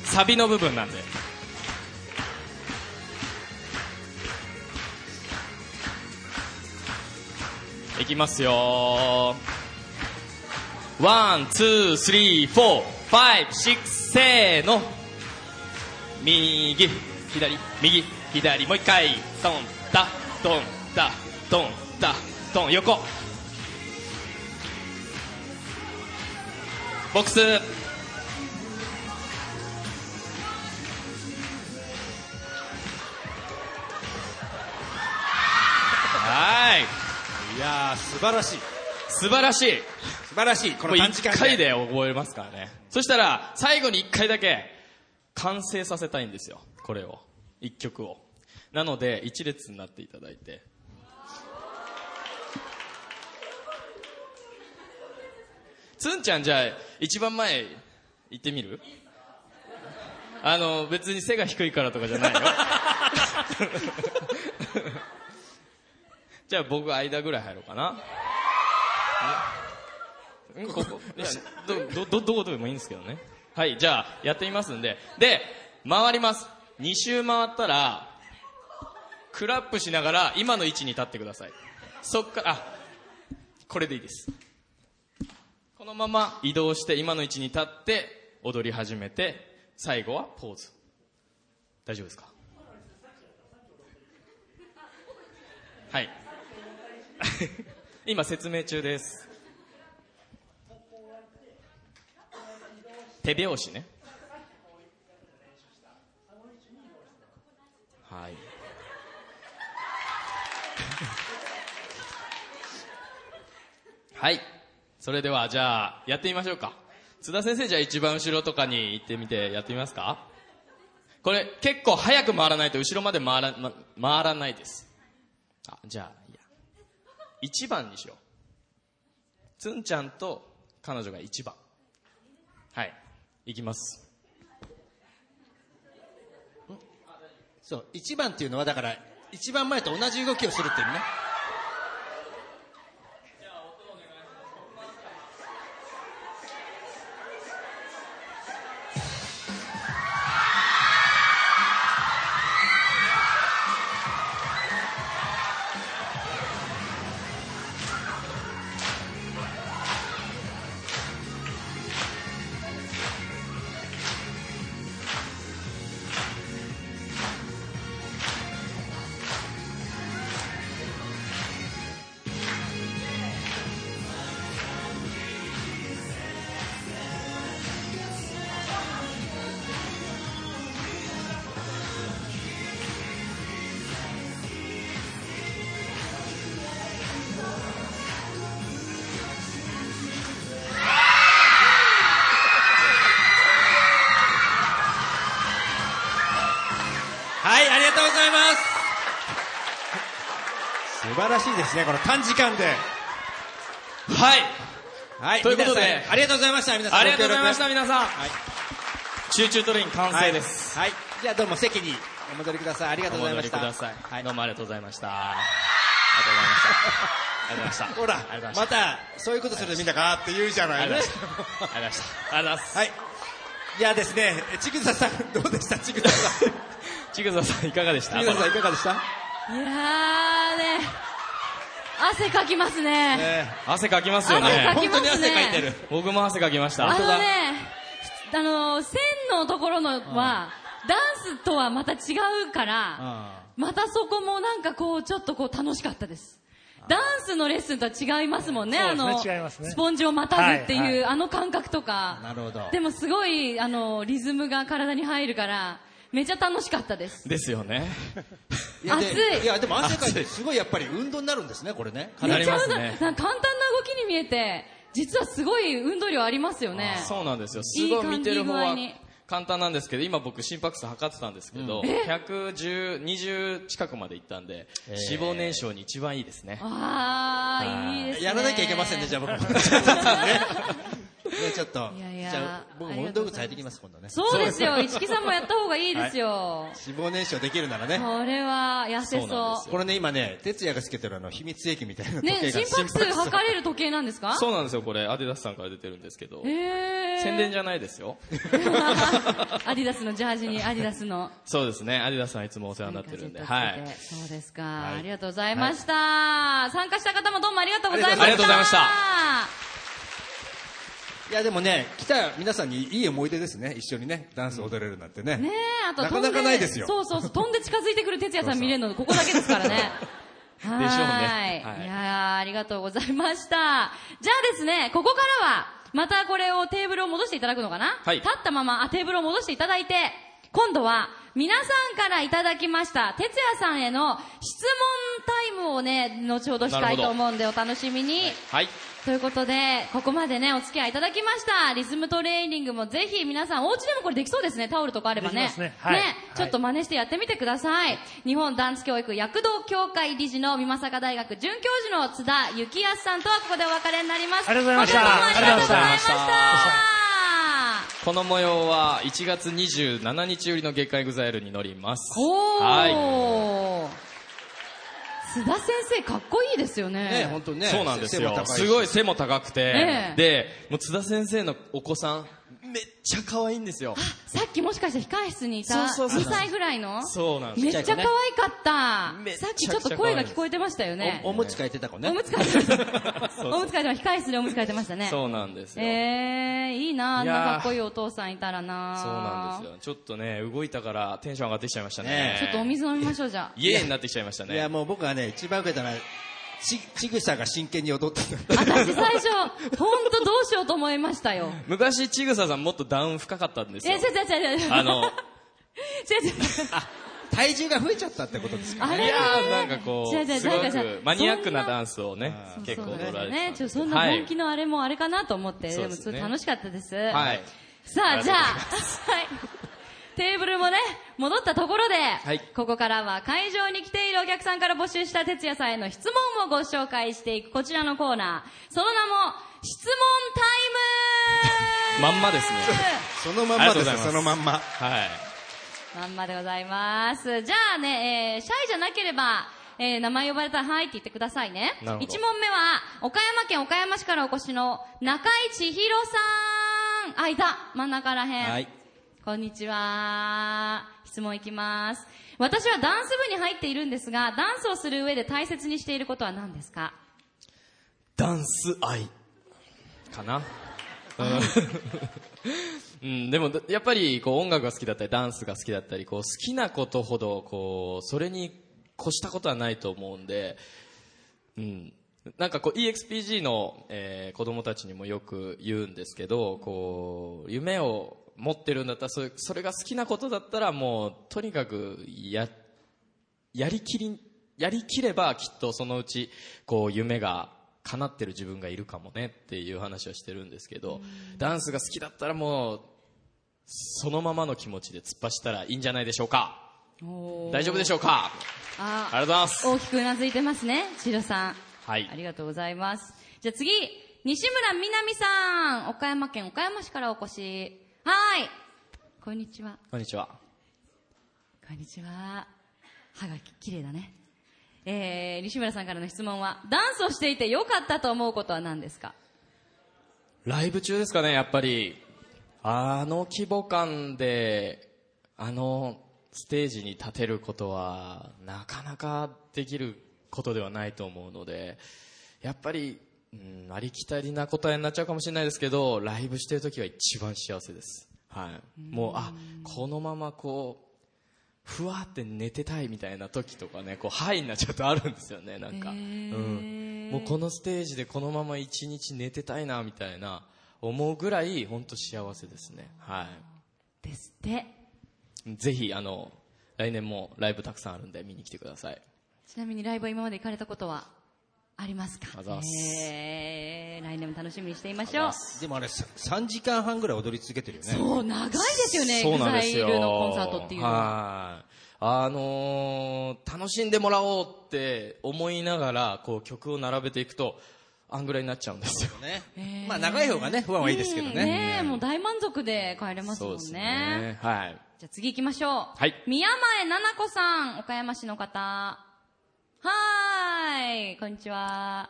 Speaker 5: サビの部分なんで。いきますよワン、ツー、スリー、フォー、ファイブ、シックス、せーの。右、左、右、左、もう一回。トン、タ、トン、タ、トン、タ、トン、横。ボックス。はい。
Speaker 2: いやー素晴らしい
Speaker 5: 素晴らしい。
Speaker 2: 素晴らしいこ
Speaker 5: こ
Speaker 2: の
Speaker 5: れ
Speaker 2: 短時
Speaker 5: 1
Speaker 2: 間
Speaker 5: 回で覚えますからね。そしたら、最後に1回だけ、完成させたいんですよ。これを。1曲を。なので、1列になっていただいて。つんちゃん、じゃあ、一番前、行ってみるあの、別に背が低いからとかじ ゃないよ。 じゃあ僕、間ぐらい入ろうかな。んここいやどどどどこでもいいんですけどねはいじゃあやってみますんでで回ります2周回ったらクラップしながら今の位置に立ってくださいそっからあこれでいいですこのまま移動して今の位置に立って踊り始めて最後はポーズ大丈夫ですかはい 今説明中です手拍子ねはい はいそれではじゃあやってみましょうか津田先生じゃあ一番後ろとかに行ってみてやってみますかこれ結構早く回らないと後ろまで回ら,、ま回らないですあじゃあいや1番にしようつんちゃんと彼女が1番はい。いきます。
Speaker 2: そう1番っていうのはだから一番前と同じ動きをするっていうね
Speaker 5: はい。
Speaker 2: しいですね、この短時間で。
Speaker 5: はい
Speaker 2: はい、
Speaker 5: ということで
Speaker 2: 皆さんありがとうございました、皆さん。
Speaker 5: ありがとうございました
Speaker 2: ご
Speaker 5: 皆さん、
Speaker 2: い
Speaker 5: チューチュートレイン
Speaker 2: 協
Speaker 5: 完
Speaker 2: 力はい
Speaker 5: 成です、。
Speaker 2: はい、じゃあどうも席にお戻りください。ありがとうございました。
Speaker 5: お戻りください、
Speaker 2: はい
Speaker 5: どうもありがとうございましたありがとうございましたありがとう
Speaker 2: ほ
Speaker 5: ござ
Speaker 2: ら
Speaker 5: いましたありがとうございました、
Speaker 2: また、そういうことするとみんなガーって言うじゃな
Speaker 5: あ
Speaker 2: い
Speaker 5: りが
Speaker 2: ね
Speaker 5: とうございました。ありがとうございます。
Speaker 2: はい。いやですね、えちぐささん、どうでしたちぐささん。ち
Speaker 5: ちぐささんいかがでした
Speaker 2: ぐささん、いかがでした
Speaker 3: いやーね、汗かきますね。
Speaker 2: え
Speaker 5: 汗かきますよ
Speaker 3: 汗
Speaker 5: ね。
Speaker 3: かきますね本当に汗かいてる。
Speaker 5: 僕も汗かきました。
Speaker 3: あのね、ふあの、線のところのは、ダンスとはまた違うから、またそこもなんかこう、ちょっとこう楽しかったです。ダンスのレッスンとは違いますもんね、
Speaker 6: そう
Speaker 3: あ
Speaker 6: ですね
Speaker 3: の、
Speaker 6: 違いますね
Speaker 3: スポンジをまたぐっていう、
Speaker 6: はいはい
Speaker 3: あの感覚とか。
Speaker 2: なるほど
Speaker 3: でもすごい、あの、リズムが体に入るから、めちゃ楽しかったです。
Speaker 5: ですよね。
Speaker 2: えやで
Speaker 3: 熱い
Speaker 2: いや、でも汗かいて、すごいやっぱり運動になるんですね、これね。
Speaker 5: なりますね
Speaker 3: めちゃ簡単な簡単な動きに見えて、実はすごい運動量ありますよね。
Speaker 5: そうなんですよ。
Speaker 3: い
Speaker 5: す
Speaker 3: い
Speaker 5: ごい
Speaker 3: 感じ
Speaker 5: 見てる方
Speaker 3: 具合
Speaker 5: は
Speaker 3: に
Speaker 5: 簡単なんですけど、今僕心拍数測ってたんですけど、110、20近くまでいったんで、脂肪燃焼に一番いいですね。
Speaker 3: あー、いいですね。
Speaker 2: やらなきゃいけませんね、じゃあ 僕も。ちぐささんね。いやちょっと。
Speaker 3: いやいや
Speaker 2: じゃあ、僕も運動靴履いてきます、今度ね。
Speaker 3: そうですよ。一木さんもやった方がいいですよ。
Speaker 2: 脂肪燃焼できるならね。
Speaker 3: これは痩せそう。
Speaker 2: これね、今ね、哲也がつけてるあの、秘密兵器みたいな時
Speaker 3: ね、
Speaker 2: 計が
Speaker 3: 心拍数測れる時計なんですか
Speaker 5: そうなんですよ、これ、アディダスさんから出てるんですけど
Speaker 3: へ、ー。
Speaker 5: 宣伝じゃないですよ。
Speaker 3: アディダスのジャージにアディダスの。
Speaker 5: そうですね、アディダスさんいつもお世話になってるんで、はい。
Speaker 3: そうですか、ありがとうございました、参加した方もどうもありがとうございました。
Speaker 5: ありがとうございました
Speaker 2: いや、でもね、来た皆さんにいい思い出ですね、一緒にね、ダンス踊れるなんてね。
Speaker 3: ねえ、あと飛んで
Speaker 2: なかなかないですよ
Speaker 3: そうそうそう、飛んで近づいてくる哲也さん見れるの、ここだけですからね。はーい、
Speaker 5: でしょうねはいい
Speaker 3: やーありがとうございました。じゃあですね、ここからは、またこれをテーブルを戻していただくのかな、
Speaker 5: はい
Speaker 3: 立ったまま、あ、テーブルを戻していただいて、今度は、皆さんからいただきました、哲也さんへの質問タイムをね、後ほどしたいと思うんで、お楽しみに。
Speaker 5: はい。
Speaker 3: ということで、ここまでね、お付き合いいただきました。リズムトレーニングもぜひ皆さん、お家でもこれできそうですね。タオルとかあればね。
Speaker 6: できますねはいはい
Speaker 3: ちょっと真似してやってみてください。日本ダンス教育躍動協会理事の美作大学准教授の津田幸康さんとはここでお別れになります。
Speaker 6: ありがとうございました
Speaker 3: 本当にどうもありがとうございました
Speaker 5: ありがとうございこの模様は1月27日よりの月刊エグザイルに乗ります。
Speaker 3: おー、
Speaker 5: はい。
Speaker 3: 津田先生、かっこいいですよね。
Speaker 2: ね、本当にね。
Speaker 5: そうなんです
Speaker 2: 背
Speaker 5: よ
Speaker 2: も。高
Speaker 5: すご
Speaker 2: い
Speaker 5: い背も高くて、
Speaker 3: ええ
Speaker 5: で、もう津田先生のお子さん、めっちゃ可愛いんですよ。
Speaker 3: さっきもしかして控室にいた
Speaker 5: そうそうそう
Speaker 3: 2歳ぐらいの
Speaker 5: そうなんです
Speaker 3: めっちゃ可愛かった、
Speaker 5: めっちゃ
Speaker 3: さっきちょっと声が聞こえてましたよね
Speaker 2: おおむつ替えてた子ね。
Speaker 3: おむつ替えてましたおむつ替えてました控室でおむつ替えてましたね
Speaker 5: そうなんですよ。
Speaker 3: えー、いいなあん
Speaker 5: い
Speaker 3: な
Speaker 5: やー
Speaker 3: かっこいいお父さんいたらな
Speaker 5: そうなんですよ。ちょっとね、動いたからテンション上がってきちゃいましたね
Speaker 2: ね。
Speaker 3: ちょっとお水飲みましょうじゃあ
Speaker 5: イエーイになってきちゃいました
Speaker 2: いや、
Speaker 5: ね。
Speaker 2: もう僕はね、一番受けたのは、ち、ちぐさが真剣に踊ってた。
Speaker 3: 私最初本当どうしようと思いましたよ
Speaker 5: 昔、ちぐささんもっとダウン深かったんです
Speaker 3: え違う
Speaker 5: よ。
Speaker 3: 違う違う違う
Speaker 5: あの、
Speaker 3: 違う違う
Speaker 2: 体重が増えちゃったってことですか
Speaker 3: あ
Speaker 5: い
Speaker 3: れ
Speaker 5: や
Speaker 3: は
Speaker 5: ー、
Speaker 3: ね
Speaker 5: なんかこ
Speaker 3: 違う
Speaker 5: う、
Speaker 3: 違う
Speaker 5: す
Speaker 3: な
Speaker 5: ご
Speaker 3: んかさ
Speaker 5: くマニアックな
Speaker 3: そんな
Speaker 5: ダンスをね、結構
Speaker 3: そう
Speaker 5: 踊
Speaker 3: なんです
Speaker 5: ら
Speaker 3: よ
Speaker 5: れてた
Speaker 3: ね
Speaker 5: ん。
Speaker 3: ちょ
Speaker 5: で
Speaker 3: っとそんな本気のあれもあれかなと思って、
Speaker 5: そ
Speaker 3: で
Speaker 5: うで
Speaker 3: も
Speaker 5: す
Speaker 3: そ
Speaker 5: ね
Speaker 3: れ楽しかったです。
Speaker 5: はい
Speaker 3: さあ、
Speaker 5: ありがとうご
Speaker 3: じ
Speaker 5: ざ
Speaker 3: ゃあ、
Speaker 5: い
Speaker 3: はい。テーブルもね、戻ったところで、
Speaker 5: い
Speaker 3: ここからは会場に来ているお客さんから募集した哲也さんへの質問をご紹介していくこちらのコーナー。その名も、質問タイム
Speaker 5: まんまですね
Speaker 2: そのまん
Speaker 5: あり
Speaker 2: ま
Speaker 5: がと
Speaker 2: で
Speaker 5: うご
Speaker 2: す
Speaker 5: ざい
Speaker 2: よ、
Speaker 5: ます
Speaker 2: そのまんま。
Speaker 5: はい。
Speaker 3: まんまでございます。じゃあね、えーシャイじゃなければ、えー名前呼ばれたらはいって言ってくださいね。
Speaker 5: なるほど
Speaker 3: 一問目は、岡山県岡山市からお越しの中井千尋さん。あ、いた。真ん中らへん。
Speaker 2: はい
Speaker 3: こんにちは。質問いきます。私はダンス部に入っているんですが、ダンスをする上で大切にしていることは何ですか
Speaker 5: ダンス愛かな。うん うん、でもだやっぱりこう音楽が好きだったりダンスが好きだったりこう好きなことほどこうそれに越したことはないと思うんで、うん、なんかこう EXPG の、えー子供たちにもよく言うんですけどこう夢を持ってるんだったらそれそれが好きなことだったらもうとにかくややりきり、やりきればきっとそのうち、こう夢が叶ってる自分がいるかもねっていう話をしてるんですけど、ダンスが好きだったらもう、そのままの気持ちで突っ走ったらいいんじゃないでしょうか。大丈夫でしょうか
Speaker 3: あ
Speaker 5: ありがとうございます
Speaker 3: 大きくうなずいてますね、シロさん。
Speaker 5: はい
Speaker 3: ありがとうございます。じゃあ次、西村みなみさん。岡山県岡山市からお越し。はーい。こんにちは。
Speaker 5: こんにちは
Speaker 3: こんにちは。歯がき綺麗だね。えー、西村さんからの質問は、ダンスをしていて良かったと思うことは何ですか
Speaker 5: ライブ中ですかねやっぱりあの規模感であのステージに立てることはなかなかできることではないと思うのでやっぱり、うん、ありきたりな答えになっちゃうかもしれないですけどライブしてる時は一番幸せです、はい、もうあこのままこうふわって寝てたいみたいな時とかねこうハイになっちゃうとあるんですよねなんか、うん、もうこのステージでこのまま一日寝てたいなみたいな思うぐらい本当幸せですねは
Speaker 3: ですって。
Speaker 5: いぜひあの来年もライブたくさんあるんで見に来てください
Speaker 3: ちなみにライブは今まで行かれたことはありますか
Speaker 5: あざっす
Speaker 3: えー、来年も楽しみにしていましょう。
Speaker 2: でもあれ、さ3時間半ぐらい踊り続けてるよね。
Speaker 3: そう、長いですよね、
Speaker 5: そうなんですよ
Speaker 3: EXILE のコンサートっていうのは。
Speaker 5: はいあのー楽しんでもらおうって思いながらこう曲を並べていくとあんぐらいになっちゃうんですよ
Speaker 2: ね。まあ長い方がね、不安はいいですけど
Speaker 3: ね
Speaker 2: ね。
Speaker 3: えもう大満足で帰れますもんね。
Speaker 5: はい
Speaker 3: じゃあ次行きましょう。
Speaker 5: はい
Speaker 3: 宮前奈々子さん、岡山市の方。はーい、こんにちは。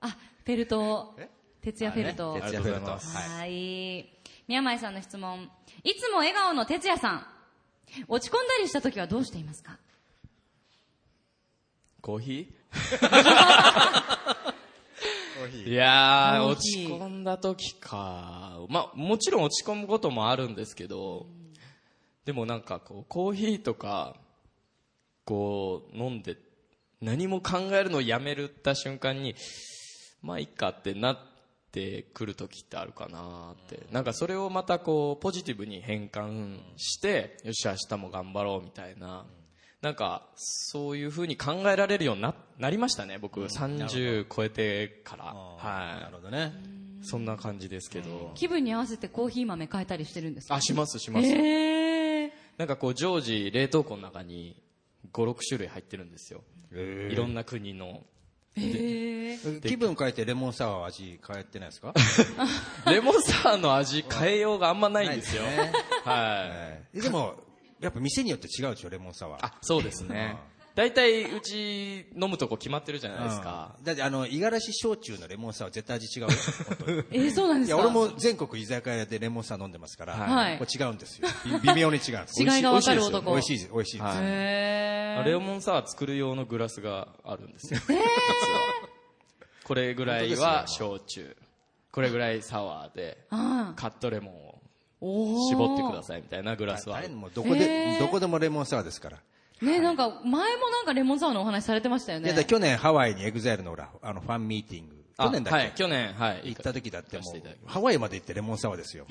Speaker 3: あ、フェルト
Speaker 2: え。
Speaker 3: 徹夜フェルト。
Speaker 2: あね徹
Speaker 5: 夜
Speaker 2: 夜
Speaker 5: フ
Speaker 2: フェ
Speaker 5: ェル
Speaker 2: ル
Speaker 5: ト
Speaker 2: ト。
Speaker 5: はい
Speaker 3: はい。宮前さんの質問。いつも笑顔の哲也さん。落ち込んだりした時はどうしていますか
Speaker 5: コーヒー
Speaker 2: コーヒ
Speaker 5: いやー、
Speaker 3: コー
Speaker 5: 落
Speaker 3: ヒ
Speaker 5: ち
Speaker 3: ー
Speaker 5: 込んだ時か。まあ、もちろん落ち込むこともあるんですけど、でもなんかこう、コーヒーとか、こう、飲んで、何も考えるのをやめるった瞬間に、まあ、いっかってなってくる時ってあるかなって。なんかそれをまたこう、ポジティブに変換して、よし、明日も頑張ろうみたいな。なんか、そういう風に考えられるようにな、なりましたね、僕。30超えてから。
Speaker 2: あーな
Speaker 5: は
Speaker 2: るほどね。
Speaker 5: い。そんな感じですけど。
Speaker 3: 気分に合わせてコーヒー豆変えたりしてるんですか
Speaker 5: あ、します、します。
Speaker 3: えー。
Speaker 5: なんかこう、常時、冷凍庫の中に、5、6種類入ってるんですよ。いろんな国の。
Speaker 3: えー。
Speaker 2: 気分変えてレモンサワー味変えてないですか
Speaker 5: レモンサワーの味変えようがあんまないんですよ。
Speaker 2: ないですね
Speaker 5: はい。
Speaker 2: えでも、やっぱ店によって違うでしょ、レモンサワー。
Speaker 5: あ、そうですね。大体、うち、飲むとこ決まってるじゃないですか。
Speaker 2: うんだってあの、五十嵐焼酎のレモンサワー絶対味違うよ。本当に
Speaker 3: えー、そうなんで
Speaker 2: い
Speaker 3: す
Speaker 2: や、
Speaker 3: か
Speaker 2: 俺も全国居酒屋でレモンサワー飲んでますから、
Speaker 3: はい
Speaker 2: これ違うんですよ。び 微妙に違うんで す。
Speaker 3: 違いがわかる男
Speaker 2: 美味しいです、美味しいです。
Speaker 5: はい
Speaker 3: へー
Speaker 5: レモンサワー作る用のグラスがあるんですよ。実は これぐらいは焼酎。これぐらいサワーで、
Speaker 3: あ
Speaker 5: カットレモンを
Speaker 3: お
Speaker 5: 絞ってくだ
Speaker 3: さ
Speaker 5: さいみたいなグラスはあ
Speaker 2: 誰
Speaker 5: る
Speaker 2: に。もどこで、どこでもレモンサワーですから。
Speaker 3: い。ね、なんか、前もなんかレモンサワーのお話されてましたよ
Speaker 2: いや
Speaker 3: ね。
Speaker 2: だから去年ハワイにエグザイルのほら、あの、ファンミーティング。去年だっ
Speaker 5: あ
Speaker 2: け、
Speaker 5: はい、去年、はい。
Speaker 2: 行った時だっても
Speaker 5: 行かせいただき
Speaker 2: う、ハワイまで行ってレモンサワーで すよ。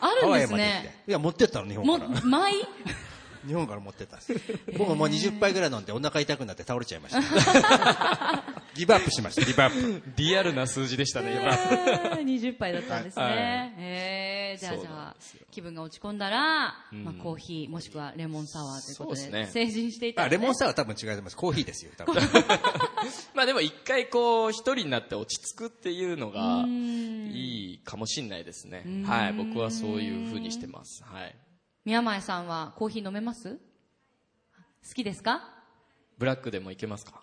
Speaker 3: あ
Speaker 2: ハ
Speaker 3: るん
Speaker 2: ワ
Speaker 3: で
Speaker 2: イ
Speaker 3: す
Speaker 2: まで行って
Speaker 3: ね。。
Speaker 2: いや、持ってったの、日
Speaker 3: も
Speaker 2: 本
Speaker 3: う
Speaker 2: から。、
Speaker 3: 舞
Speaker 2: 日本から持ってったんですよ。 僕ももう20杯ぐらい飲んでお腹痛くなって倒れちゃいました。 ギブアップしました、ギブアップ。
Speaker 5: ま リアルな数字でしたね、今。
Speaker 3: え ー ?20 杯だったんです
Speaker 5: はい
Speaker 3: ね。えーじゃあ
Speaker 5: そ
Speaker 3: じ
Speaker 5: う
Speaker 3: ゃ
Speaker 5: なん
Speaker 3: あ、気分が落ち込んだら、まあコーヒー、もしくはレモンサワーということ
Speaker 5: そう
Speaker 3: で、
Speaker 5: ですね
Speaker 3: 成人していた
Speaker 2: あ、
Speaker 3: ら
Speaker 2: レ
Speaker 3: ね
Speaker 2: モンサワー多分違います。コーヒーですよ、多分。
Speaker 5: まあでも一回こう、一人になって落ち着くっていうのが、いいかもしんないですね。はい、僕はそういう風にしてます。はい。
Speaker 3: 宮前さんはコーヒー飲めます好きですか
Speaker 5: ブラックでもいけますか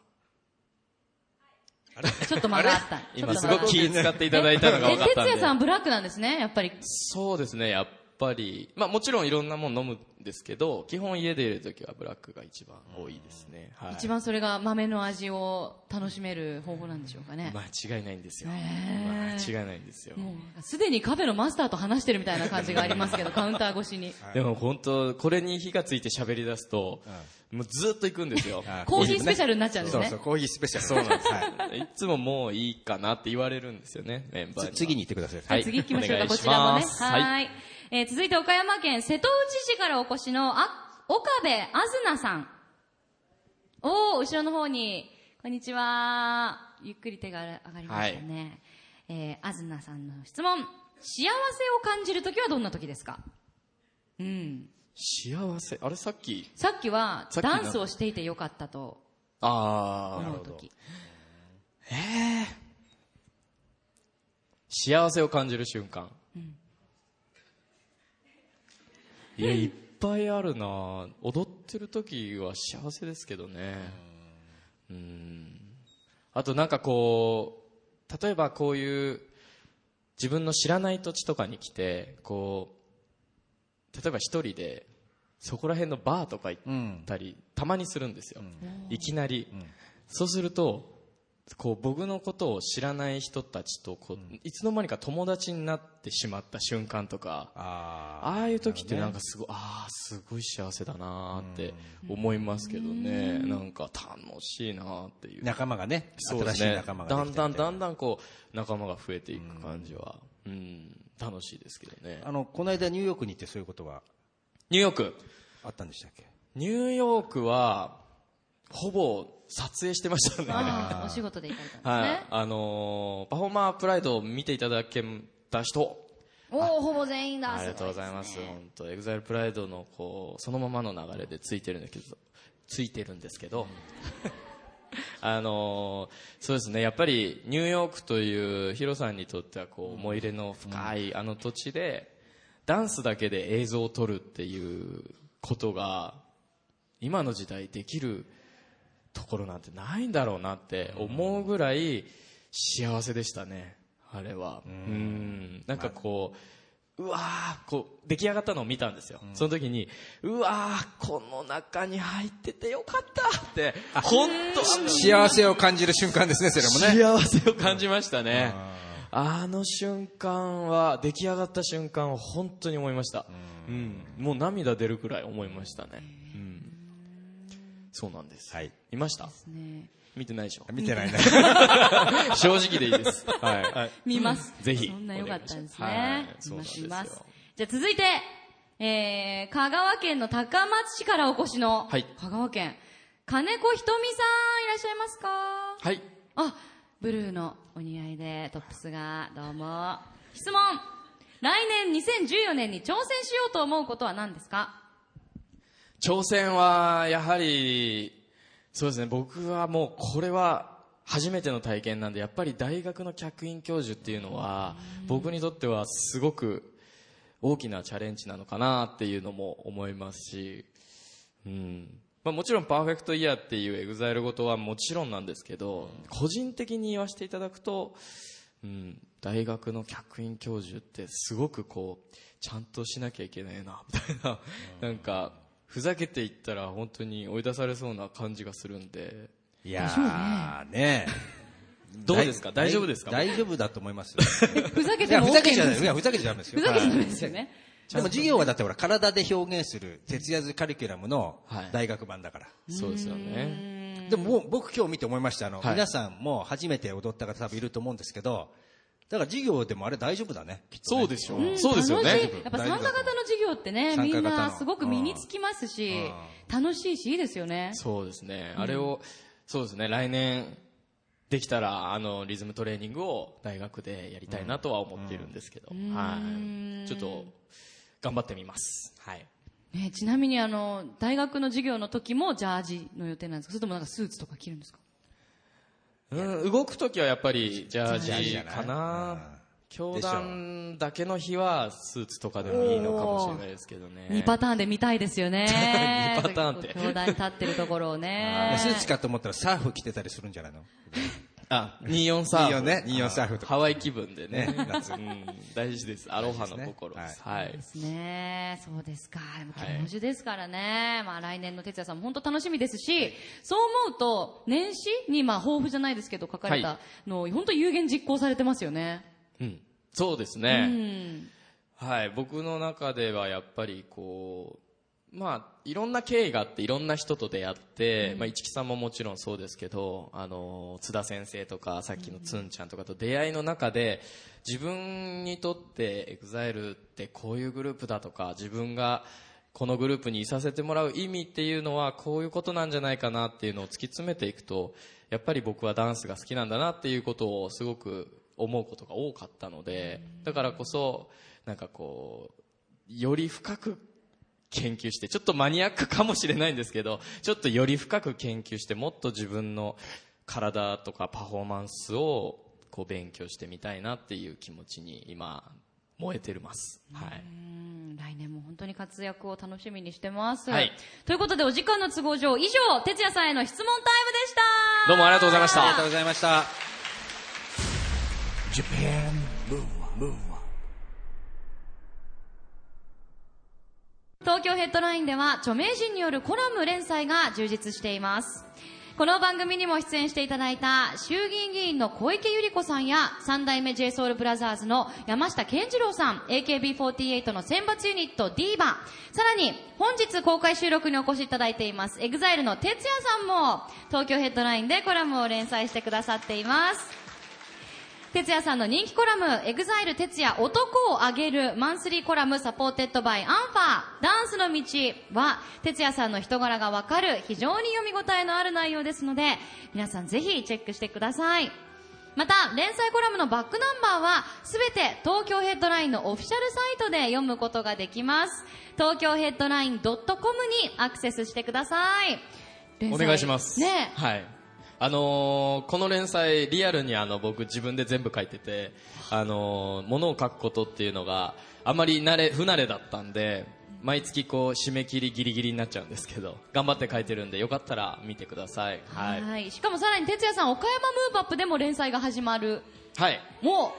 Speaker 3: ちょっと間があ った。
Speaker 5: 今
Speaker 3: ちょっ
Speaker 5: す
Speaker 3: と間があっ
Speaker 5: ごく
Speaker 3: た
Speaker 5: 気使っていただいたのが分かった
Speaker 3: え、
Speaker 5: ん
Speaker 3: 哲
Speaker 5: で。
Speaker 3: 也さんブラックなんですね、やっぱり。
Speaker 5: そうですね、やっぱり。まあもちろんいろんなもの飲むんですけど、基本家でいるときはブラックが一番多いですね。はい。
Speaker 3: 一番それが豆の味を楽しめる方法なんでしょうかね。
Speaker 5: 間違いないんですよ。間
Speaker 3: へー
Speaker 5: 違いないんですよ。
Speaker 3: もう、すでにカフェのマスターと話してるみたいな感じがありますけ ど、カウンター越しに。
Speaker 5: でも本当、これに火がついて喋り出すと、もうずっと行くんですよ。
Speaker 2: はい
Speaker 3: コーヒースペシャルになっちゃうんです
Speaker 2: そう
Speaker 3: ね
Speaker 2: そう、。コーヒースペシャル。そうなんです。はい
Speaker 5: いつももういいかなって言われるんですよね、メンバーには。
Speaker 2: つ次に行ってください。
Speaker 5: はい
Speaker 3: 次行きましょうか、
Speaker 5: お願
Speaker 3: こ
Speaker 5: いし
Speaker 3: ちらも
Speaker 5: ま
Speaker 3: ね。
Speaker 5: す
Speaker 3: は。
Speaker 5: はい
Speaker 3: えー続いて岡山県瀬戸内市からお越しの、あ、岡部あずなさん。おー、後ろの方に、こんにちは。ゆっくり手が上がりましたね。えーあずなさんの質問。幸せを感じるときはどんなときですかうん。
Speaker 5: 幸せあれさっき
Speaker 3: さっきは
Speaker 5: さっきな
Speaker 3: ダンスをしていてよかったと
Speaker 5: あ
Speaker 3: 思
Speaker 5: あ
Speaker 3: う時
Speaker 5: 幸せを感じる瞬間、いやいっぱいあるな踊ってる時は幸せですけどねうんあとなんかこう例えばこういう自分の知らない土地とかに来てこう例えば一人でそこら辺のバーとか行ったり、たまにするんですよ、いきなり、そうするとこう僕のことを知らない人たちとこう、いつの間にか友達になってしまった瞬間とかあ
Speaker 2: あ
Speaker 5: あいう時ってなんかすごい、ああすごい幸せだなーって思いますけどね、なんか楽しいなーっていう
Speaker 2: 仲間がね、
Speaker 5: そうで
Speaker 2: 新
Speaker 5: す
Speaker 2: しい
Speaker 5: ね
Speaker 2: 仲間が
Speaker 5: だ
Speaker 2: でき
Speaker 5: ん
Speaker 2: て
Speaker 5: だ
Speaker 2: み
Speaker 5: ん
Speaker 2: たい
Speaker 5: だ
Speaker 2: なん
Speaker 5: だんこう仲間が増えていく感じはうん楽しいですけどね
Speaker 2: あの、この間ニューヨークに行ってそういうことは
Speaker 5: ニューヨーク
Speaker 2: あったんでしたっけ
Speaker 5: ニューヨークはほぼ撮影してましたね
Speaker 3: ああお仕事で行かれたんです
Speaker 5: はい
Speaker 3: ね、
Speaker 5: あのーパフォーマープライドを見ていただけた人
Speaker 3: おおほぼ全員だ
Speaker 5: ありがとうございます
Speaker 3: ごでね
Speaker 5: 本当エグザイルプライドのこうそのままの流れでついてるんですけどついてるんですけど あのーそうですねやっぱりニューヨークというヒロさんにとってはこう思い入れの深いあの土地でダンスだけで映像を撮るっていうことが今の時代できるところなんてないんだろうなって思うぐらい幸せでしたねあれはうんなんかこううわーこう出来上がったのを見たんですよ、その時にうわーこの中に入っててよかったって本当
Speaker 2: 幸せを感じる瞬間ですね、それもね。
Speaker 5: 幸せを感じましたね、あの瞬間は出来上がった瞬間は本当に思いました、うんもう涙出るくらい思いましたね、うんそうなんです、
Speaker 2: はい。
Speaker 5: いました
Speaker 3: すね
Speaker 5: 見てないでしょ
Speaker 2: 見てないね。
Speaker 5: 正直でいいです。 はい。
Speaker 3: 見ます
Speaker 5: ぜひ
Speaker 3: そんな良かったんです
Speaker 5: お願いし
Speaker 3: ね見ま
Speaker 5: ま、すはい
Speaker 3: す
Speaker 5: そう
Speaker 3: 見
Speaker 5: な
Speaker 3: ま
Speaker 5: んですよ
Speaker 3: すじゃあ続いて、えー、香川県の高松市からお越しの、
Speaker 5: はい
Speaker 3: 香川県金子ひとみさんいらっしゃいますか
Speaker 5: はい。
Speaker 3: あ、ブルーのお似合いで、トップスが、どうも。質問。来年2014年に挑戦しようと思うことは何ですか
Speaker 5: 挑戦は、やはり、そうですね、僕はもうこれは初めての体験なんで、やっぱり大学の客員教授っていうのは、僕にとってはすごく大きなチャレンジなのかなっていうのも思いますし、うん。まあもちろんパーフェクトイヤーっていうエグザイルごとはもちろんなんですけど、個人的に言わせていただくと、うん、大学の客員教授ってすごくこうちゃんとしなきゃいけないなみたいな、なんかふざけていったら本当に追い出されそうな感じがするんで
Speaker 2: いやー、ね
Speaker 5: どうですか
Speaker 2: だい
Speaker 5: 大丈夫ですか
Speaker 2: 大大丈夫だと思い ますよ。
Speaker 3: ふざけ
Speaker 2: い
Speaker 3: て
Speaker 2: や、
Speaker 3: も OK
Speaker 2: ふざけちゃダメですいや、ふざけちゃダメですよ。
Speaker 3: ふざけちゃダメ
Speaker 2: はい
Speaker 3: ですよね。
Speaker 2: でも授業はだってほら、体で表現する、徹夜ずカリキュラムの
Speaker 5: はい
Speaker 2: 大学版だから。
Speaker 5: そうですよね
Speaker 2: でももう僕今日見て思いました。あの、
Speaker 5: はい
Speaker 2: 皆さんも初めて踊った方多分いると思うんですけど、だから授業でもあれ大丈夫だね。きっとね
Speaker 5: そうでしょ
Speaker 3: ん
Speaker 5: そうですよ
Speaker 3: 楽しい
Speaker 5: ね
Speaker 3: やっぱ参加型の授業ってね、
Speaker 2: 大
Speaker 3: み
Speaker 2: 丈夫
Speaker 3: ん
Speaker 2: 参加型
Speaker 3: な
Speaker 2: の
Speaker 3: すごく身につきますし、楽しいし、いいですよね。
Speaker 5: そうですねあれをそうですね来年できたらあのリズムトレーニングを大学でやりたいなとは思っているんですけど、はいちょっと頑張ってみますはい
Speaker 3: ね、ちなみにあの、大学の授業の時もジャージの予定なんですかそれともなんかスーツとか着るんですか
Speaker 5: うん、動くときはやっぱりジャ
Speaker 2: ジャー
Speaker 5: ー
Speaker 2: ジじ
Speaker 5: ジ
Speaker 2: ゃない
Speaker 5: か
Speaker 2: うん。
Speaker 5: な。教団だけの日はスーツとかでもいいのかもしれないですけど
Speaker 3: 2
Speaker 5: ね。。
Speaker 3: パターンで見たいですよね
Speaker 5: 二パターンって
Speaker 3: 兄弟立ってるところをね
Speaker 2: スーツかと思ったらサーフ着てたりするんじゃないの
Speaker 5: あ、24サーフ。
Speaker 2: 24ね24サーフとか
Speaker 5: ハワイ気分でね。
Speaker 2: ね夏
Speaker 5: うん、大事です。アロハの心
Speaker 2: 大事で
Speaker 5: で。
Speaker 2: すす
Speaker 5: はい。
Speaker 3: ですね。そうですか。でも
Speaker 5: はい
Speaker 3: 教授ですからね。まあ来年の哲也さんも本当楽しみですし、そう思うと、年始にまあ抱負じゃないですけど書かれ
Speaker 5: は
Speaker 3: たのを本当有言実行されてますよね。
Speaker 5: うん。そうです
Speaker 3: う
Speaker 5: ね。
Speaker 3: ん。
Speaker 5: はい。僕の中ではやっぱりこう、まあ、いろんな経緯があって、いろんな人と出会って、まあ、市木さんももちろんそうですけど、あの、津田先生とか、さっきのつんちゃんとかと出会いの中で、自分にとってエグザイルってこういうグループだとか、自分がこのグループにいさせてもらう意味っていうのは、こういうことなんじゃないかなっていうのを突き詰めていくと、やっぱり僕はダンスが好きなんだなっていうことをすごく思うことが多かったので、だからこそ、なんかこう、より深く研究して、ちょっとマニアックかもしれないんですけど、ちょっとより深く研究して、もっと自分の体とかパフォーマンスをこう勉強してみたいなっていう気持ちに今、燃えてます。はい。
Speaker 3: うん来年も本当に活躍を楽しみにしてます。
Speaker 5: はい
Speaker 3: ということで、お時間の都合上、以上、哲也さんへの質問タイムでした。
Speaker 5: どうもありがとうございまし
Speaker 2: ありがとう
Speaker 5: た。
Speaker 2: ございました。
Speaker 3: 東京ヘッドラインでは著名人によるコラム連載が充実していますこの番組にも出演していただいた衆議院議員の小池百合子さんや三代目 j s o u l b r o t h e r s の山下健二郎さん AKB48 の選抜ユニット DIVA さらに本日公開収録にお越しいただいています EXILE の哲也さんも東京ヘッドラインでコラムを連載してくださっています哲也さんの人気コラム、EXILE 哲也男をあげるマンスリーコラムサポーテッドバイアンファーダンスの道は、哲也さんの人柄がわかる非常に読み応えのある内容ですので、皆さんぜひチェックしてください。また、連載コラムのバックナンバーは、すべて東京ヘッドラインのオフィシャルサイトで読むことができます。東京ヘッドライン .com にアクセスしてください。連
Speaker 5: お
Speaker 3: 載
Speaker 5: 願いします。
Speaker 3: ね
Speaker 5: はい。あのーこの連載、リアルにあの、僕自分で全部書いてて、あのー、ものを書くことっていうのがあまり慣れ、不慣れだったんで、毎月こう、締め切りギリギリになっちゃうんですけど、頑張って書いてるんで、よかったら見てください。は
Speaker 3: はい
Speaker 5: い。
Speaker 3: しかもさらに哲也さん、岡山ムーブアップでも連載が始まる。
Speaker 5: はい。
Speaker 3: も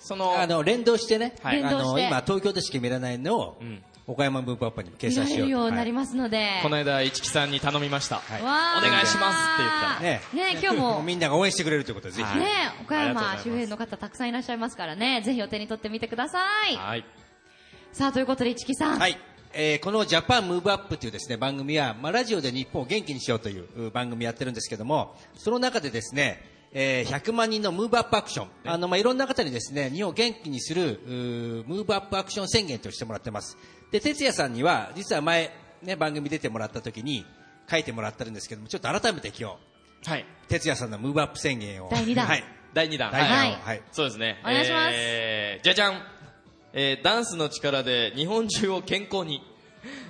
Speaker 5: そ の、
Speaker 2: あの、連動してね、
Speaker 5: はい
Speaker 2: あ
Speaker 3: 連動し
Speaker 2: の、
Speaker 3: て
Speaker 2: 今、東京でしか見れないのを、岡山ムーブアップにも
Speaker 3: う、
Speaker 2: 掲
Speaker 3: 見ら
Speaker 2: 載
Speaker 3: れ
Speaker 2: しよう
Speaker 3: る
Speaker 2: と
Speaker 3: ように
Speaker 2: は
Speaker 3: ないりますので。
Speaker 5: この間、一木さんに頼みました。はい。
Speaker 3: わー
Speaker 5: お願いしますって言ったら
Speaker 2: ね
Speaker 3: ね今日
Speaker 2: も
Speaker 3: も
Speaker 2: う。みんなが応援してくれるということで、ぜひ。
Speaker 3: ね岡
Speaker 5: ありがとうご
Speaker 3: 山
Speaker 5: ざいます
Speaker 3: 周辺の方たくさんいらっしゃいますからね、ぜひお手に取ってみてください。
Speaker 5: はい。
Speaker 3: さあ、ということで、市木さん。
Speaker 2: はい。えーこのジャパンムーブアップというですね、番組は、まあ、ラジオで日本を元気にしようというう番組やってるんですけども、その中でですね、えー100万人のムーブアップアクション。あの、まあ、いろんな方にですね、日本を元気にする、うームーブアップアクション宣言としてもらってます。で、哲也さんには、実は前、ね、番組出てもらった時に、書いてもらってるんですけども、ちょっと改めて今日、
Speaker 5: はい。
Speaker 2: 哲也さんのムーブアップ宣言を。
Speaker 3: 第二弾
Speaker 2: はい。
Speaker 5: 第2弾。
Speaker 2: 第2弾を。
Speaker 3: はい
Speaker 2: はい。
Speaker 5: そうですね。
Speaker 3: お願いします
Speaker 5: えーじゃじゃん。えーダンスの力で日本中を健康に。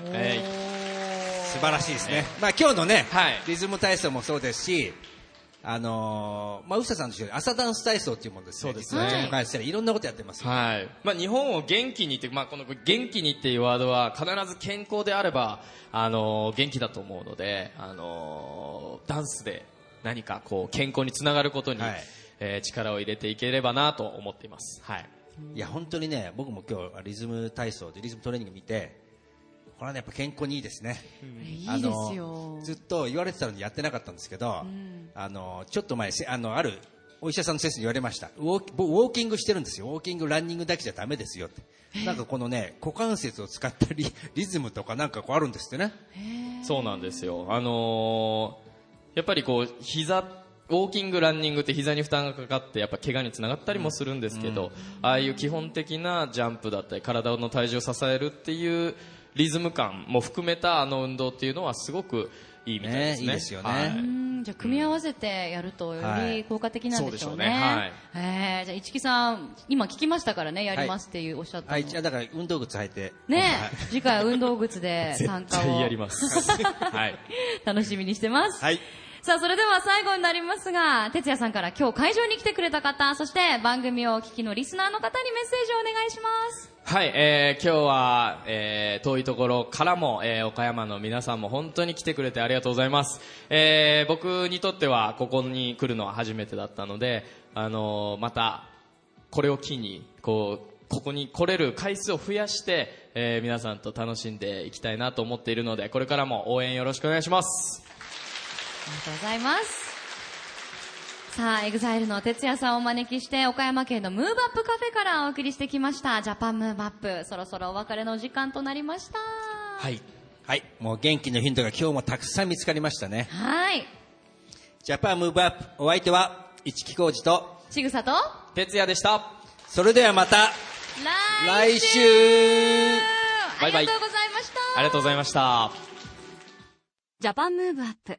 Speaker 5: え
Speaker 2: 素晴らしいですね、まあ、今日のね、
Speaker 5: はい
Speaker 2: リズム体操もそうですし、あのーまあ、うささんと一緒に朝ダンス体操っていうものですね、そうです
Speaker 3: ね
Speaker 2: 開始したらいろんなことやってます
Speaker 5: ー、はい。まあ、日本を元気にって、まあ、この元気にっていうワードは必ず健康であれば、あのー元気だと思うので、あのーダンスで何かこう、健康につながることに、
Speaker 2: はい
Speaker 5: えー力を入れていければなと思っています。はい。
Speaker 2: いや、本当にね、僕も今日リズム体操でリズムトレーニング見て、これはね、やっぱ健康にいいですね。
Speaker 3: い
Speaker 2: あ
Speaker 3: いで
Speaker 2: の
Speaker 3: すよ。
Speaker 2: ずっと言われてたのにやってなかったんですけど、あのちょっと前せあのあるお医者さんの先生に言われましたウォーキ僕ウォーキングしてるんですよウォーキングランニングだけじゃダメですよってなんかこのね股関節を使ったリリズムとかなんかこうあるんですってね
Speaker 5: そうなんですよ。あのーやっぱりこう、膝、ウォーキング、ランニングって膝に負担がかかって、やっぱ怪我につながったりもするんですけど、ああいう基本的なジャンプだったり、体の体重を支えるっていうリズム感も含めたあの運動っていうのはすごくいいみたいですね。
Speaker 2: ねいいですよね
Speaker 5: はい
Speaker 3: うんじゃあ組み合わせてやるとよ
Speaker 2: は
Speaker 3: り
Speaker 2: い
Speaker 3: 効果的なんでしょうね。
Speaker 5: そうで
Speaker 3: えーじゃあ、市木さん、今聞きましたからね、やりますっていうおっしゃったの。
Speaker 2: はい、じゃあだから運動靴履いて。
Speaker 3: ね次回は運動靴で参加を。
Speaker 5: 絶対やります。はい。
Speaker 3: 楽しみにしてます。
Speaker 2: はい。
Speaker 3: さあ、それでは最後になりますが、哲也さんから今日会場に来てくれた方、そして番組をお聞きのリスナーの方にメッセージをお願いします。
Speaker 5: はい、えー、今日は、えー、遠いところからも、えー、岡山の皆さんも本当に来てくれてありがとうございます。えー、僕にとっては、ここに来るのは初めてだったので、あのー、また、これを機に、こう、ここに来れる回数を増やして、えー、皆さんと楽しんでいきたいなと思っているので、これからも応援よろしくお願いします。
Speaker 3: ありがとうございます。さあ、エグザイルの哲也さんをお招きして、岡山県のムーブアップカフェからお送りしてきました、ジャパンムーブアップ。そろそろお別れの時間となりました。
Speaker 5: はい。
Speaker 2: はい。もう元気のヒントが今日もたくさん見つかりましたね。
Speaker 3: はい。
Speaker 2: ジャパンムーブアップ、お相手は、市木浩二と、
Speaker 3: ちぐさと、
Speaker 5: 哲也でした。
Speaker 2: それではまた、
Speaker 3: 来
Speaker 2: 来
Speaker 3: 週
Speaker 2: 週
Speaker 3: あ
Speaker 5: バ
Speaker 3: り
Speaker 5: イバ
Speaker 3: が
Speaker 5: イ
Speaker 3: とうございました。
Speaker 5: ありがとうございました。
Speaker 8: ジャパンムーブアップ。